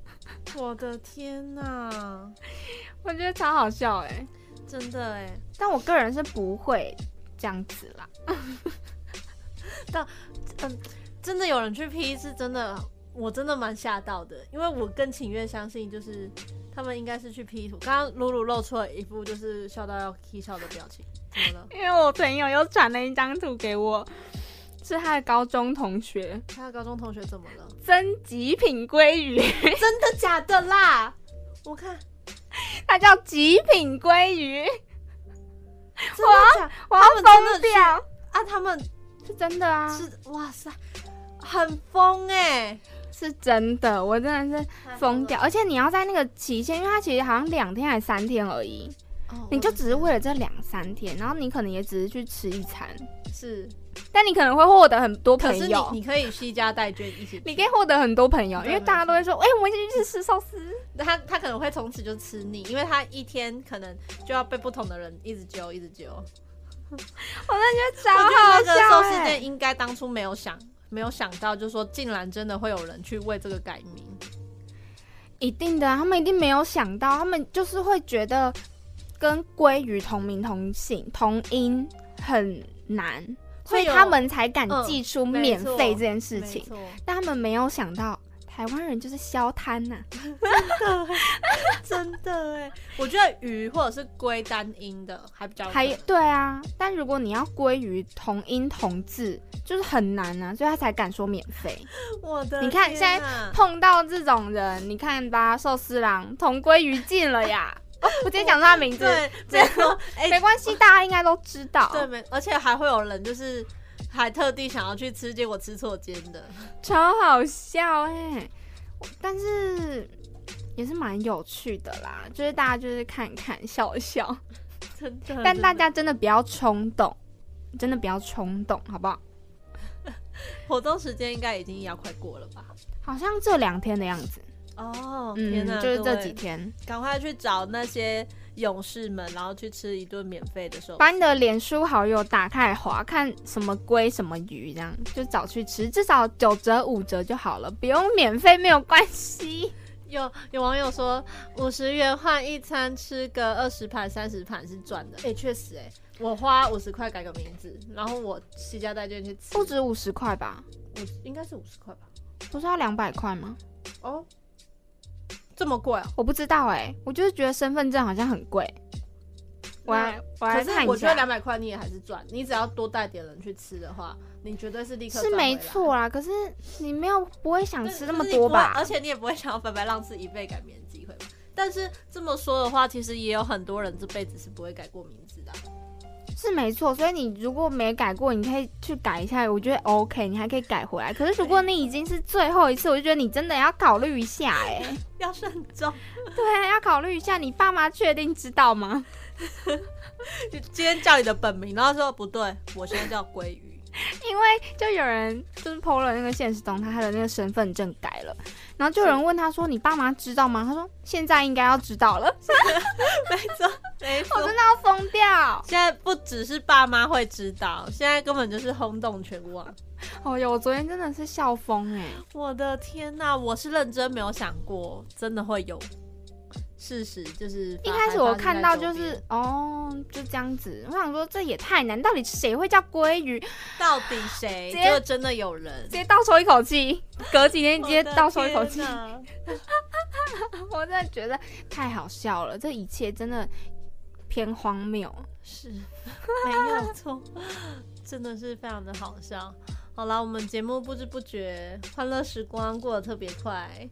Speaker 2: 我的天哪，
Speaker 3: 我觉得超好笑哎、
Speaker 2: 真的哎、
Speaker 3: 但我个人是不会这样子啦。
Speaker 2: 真的有人去 P 是真的，我真的蛮吓到的，因为我更情愿相信就是他们应该是去 P 图。刚刚露露露出了一副就是笑到要 K 笑的表情，怎么
Speaker 3: *laughs*
Speaker 2: 了？
Speaker 3: 因为我朋友又传了一张图给我，是他的高中同学
Speaker 2: 他的高中同学怎么了？
Speaker 3: 曾极品鲑鱼，
Speaker 2: 真的假的啦？我看
Speaker 3: 他叫极品鲑鱼，
Speaker 2: 真的假
Speaker 3: 我要疯掉！
Speaker 2: 啊？他们
Speaker 3: 是真的啊，
Speaker 2: *laughs*
Speaker 3: 是
Speaker 2: 是哇塞，很疯哎、
Speaker 3: 是真的，我真的是疯掉。而且你要在那个期限，因为它其实好像两天还是三天而已，
Speaker 2: 哦！
Speaker 3: 你就只是
Speaker 2: 我
Speaker 3: 为了这两三天，然后你可能也只是去吃一餐，
Speaker 2: 的天是，
Speaker 3: 但你可能会获得很多
Speaker 2: 可
Speaker 3: 朋
Speaker 2: 是你
Speaker 3: 友。
Speaker 2: 你可以惜家带眷一起去，
Speaker 3: 你可以获得很多朋友，
Speaker 2: 对
Speaker 3: 因为大家都会说，哎、我们一起去吃寿司。
Speaker 2: 他他可能会从此就吃腻，因为他一天可能就要被不同的人一直揪一直揪。
Speaker 3: 我那觉得超
Speaker 2: 我
Speaker 3: 好
Speaker 2: 觉得那个
Speaker 3: 笑、
Speaker 2: 寿司
Speaker 3: 哎
Speaker 2: 店应该当初没有想，没有想到，就是说竟然真的会有人去为这个改名。
Speaker 3: 一定的啊，他们一定没有想到，他们就是会觉得跟鲑鱼同名同姓同音很难，所以
Speaker 2: 会有
Speaker 3: 他们才敢
Speaker 2: 嗯
Speaker 3: 寄出
Speaker 2: 没
Speaker 3: 免
Speaker 2: 错
Speaker 3: 费这件事
Speaker 2: 没
Speaker 3: 情。
Speaker 2: 错，
Speaker 3: 但他们没有想到，台湾人就是消摊呐、
Speaker 2: *laughs* 真的哎，我觉得鱼或者是龟单音的还比较
Speaker 3: 还
Speaker 2: 有
Speaker 3: 有对啊，但如果你要鲑鱼同音同字，就是很难啊，所以他才敢说免费。 *laughs*
Speaker 2: 我的
Speaker 3: 你看
Speaker 2: 天
Speaker 3: 现在
Speaker 2: 啊
Speaker 3: 碰到这种人，你看吧，寿司郎同归于尽了呀！哦，我直接讲出他名字，
Speaker 2: 对，没错，哎、
Speaker 3: 没关系，大家应该都知道，
Speaker 2: 对没，而且还会有人就是还特地想要去吃，结果吃错间的。
Speaker 3: 超好笑哎、我但是也是蛮有趣的啦，就是大家就是看看笑一笑，
Speaker 2: 真的。
Speaker 3: 但大
Speaker 2: 真的
Speaker 3: 家真的不要冲动，真的不要冲动，好不好？
Speaker 2: 活动时间应该已经要快过了吧？
Speaker 3: 好像这两天的样子，
Speaker 2: 哦，天
Speaker 3: 嗯
Speaker 2: 哪，，
Speaker 3: 就是
Speaker 2: 各
Speaker 3: 这
Speaker 2: 位
Speaker 3: 几天，
Speaker 2: 赶快去找那些勇士们，然后去吃一顿免费的寿司。
Speaker 3: 把你的脸书好友打开来划，看什么龟什么鱼，这样就找去吃，至少九折五折就好了，不用免费没有
Speaker 2: *laughs*
Speaker 3: 关系。
Speaker 2: 有有网友说，五十元换一餐吃个二十盘、三十盘是赚的。哎、确实、哎，我花五十块改个名字，然后我西家带券去吃，
Speaker 3: 不止五十块吧？
Speaker 2: 五应该是五十块吧？
Speaker 3: 不是要两百块吗？
Speaker 2: 哦，这么贵啊！
Speaker 3: 我不知道哎、我就是觉得身份证好像很贵。我来
Speaker 2: 可
Speaker 3: 我来
Speaker 2: 是
Speaker 3: 看
Speaker 2: 我
Speaker 3: 一
Speaker 2: 觉得
Speaker 3: 下，
Speaker 2: 两百块你也还是赚，你只要多带点人去吃的话，你绝对是立刻
Speaker 3: 是
Speaker 2: 赚
Speaker 3: 没
Speaker 2: 回来
Speaker 3: 错啊啦。可是你没有不会想
Speaker 2: 对可
Speaker 3: 吃那么
Speaker 2: 是你
Speaker 3: 多
Speaker 2: 不会呃
Speaker 3: 吧
Speaker 2: 而？且你也不会想要白白浪费一辈改名的机会吧？但是这么说的话，其实也有很多人这辈子是不会改过名字的啊。
Speaker 3: 是没错，所以你如果没改过，你可以去改一下，我觉得 OK，你还可以改回来。可是如果你已经是最后一次，我就觉得你真的要考虑一下哎、
Speaker 2: *laughs* 要慎重，
Speaker 3: 对，啊要考虑一下，你爸妈确定知道吗？ *laughs*
Speaker 2: 就今天叫你的本名，然后说不对，我现在叫鲑鱼。
Speaker 3: 因为就有人就是 PO 了那个现实动态，他的那个身份证改了，然后就有人问他说：“你爸妈知道吗？”他说：“现在应该要知道了。
Speaker 2: 没错， *laughs* 没”
Speaker 3: 我
Speaker 2: 错
Speaker 3: 真。的要疯掉！
Speaker 2: 现在不只是爸妈会知道，现在根本就是轰动全网。
Speaker 3: 哦哟，我昨天真的是笑疯哎、
Speaker 2: 我的天呐，我是认真没有想过，真的会有事实就是
Speaker 3: 一
Speaker 2: 法
Speaker 3: 开始我看到就
Speaker 2: 还发生在
Speaker 3: 是
Speaker 2: 周
Speaker 3: 哦，就这样子。我想说这也太难，到底谁会叫鲑鱼？直
Speaker 2: 边到底谁，
Speaker 3: 直接
Speaker 2: 结果真的有人，
Speaker 3: 接倒抽一口气，隔几天直
Speaker 2: 我
Speaker 3: 接
Speaker 2: 的
Speaker 3: 倒抽一口
Speaker 2: 天
Speaker 3: 气。
Speaker 2: 哪
Speaker 3: *laughs* 我真的觉得太好笑了，这一切真的偏荒谬。
Speaker 2: 是 *laughs* 没有错， *laughs* 真的是非常的好笑。好啦，我们节目不知不觉欢乐时光过得特别快。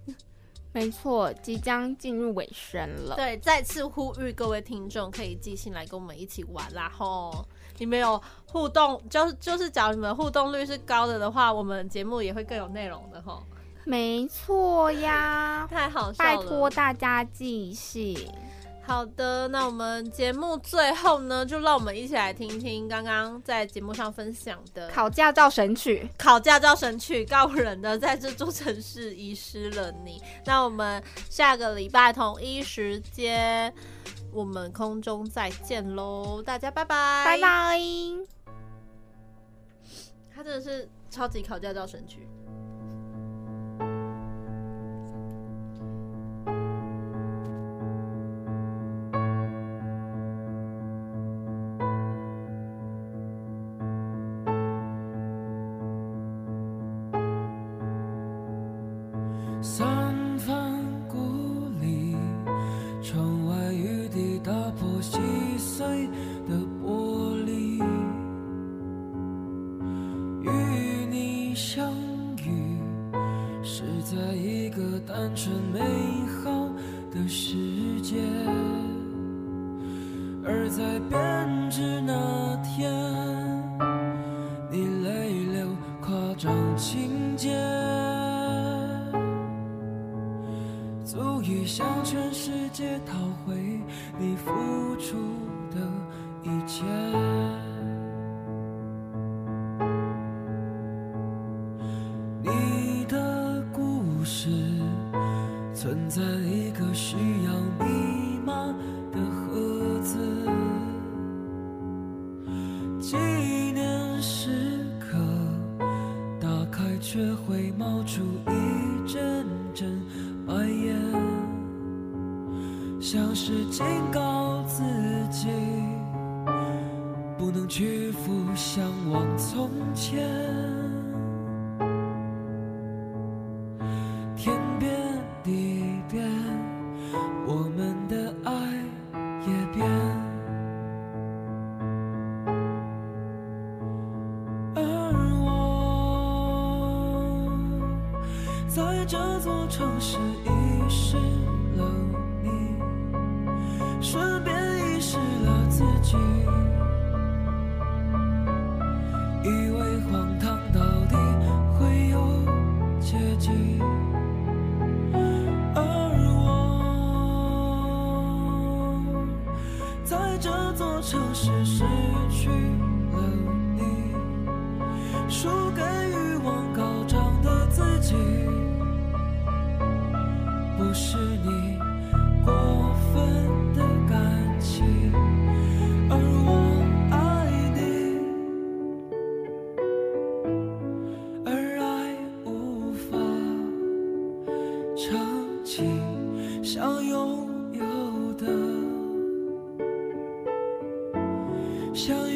Speaker 3: 没错，即将进入尾声了。
Speaker 2: 对，再次呼吁各位听众可以寄信来跟我们一起玩啦吼！你们有互动，就是就是，假如你们互动率是高的的话，我们节目也会更有内容的吼。
Speaker 3: 没错呀，
Speaker 2: 太好笑
Speaker 3: *laughs* 拜
Speaker 2: 了，
Speaker 3: 托大家记性。
Speaker 2: 好的，那我们节目最后呢，就让我们一起来听听刚刚在节目上分享的
Speaker 3: 考驾照神曲，
Speaker 2: 考驾照神曲告五人的在这座城市遗失了你。那我们下个礼拜同一时间，我们空中再见喽，大家拜拜，
Speaker 3: 拜。拜。
Speaker 2: 他真的是超级考驾照神曲。
Speaker 8: 三番故里，窗外雨滴打破细碎的玻璃，与你相遇是在一个单纯美好的世界，而在编织那天，你泪流夸张情节。足以向全世界讨回你付出的一切。你的故事存在一个需要密码的盒子，纪念时刻打开却会冒出一阵阵白烟，像是警告自己不能屈服，向往从前。天变地变，我们的爱也变。而我在这座城市遗失了你，顺便遗失了自己，以为荒唐到底会有结局。而我在这座城市失去了你。输给欲望高涨的自己，不是你过分的感情，而我爱你，而爱无法撑起想拥有的。想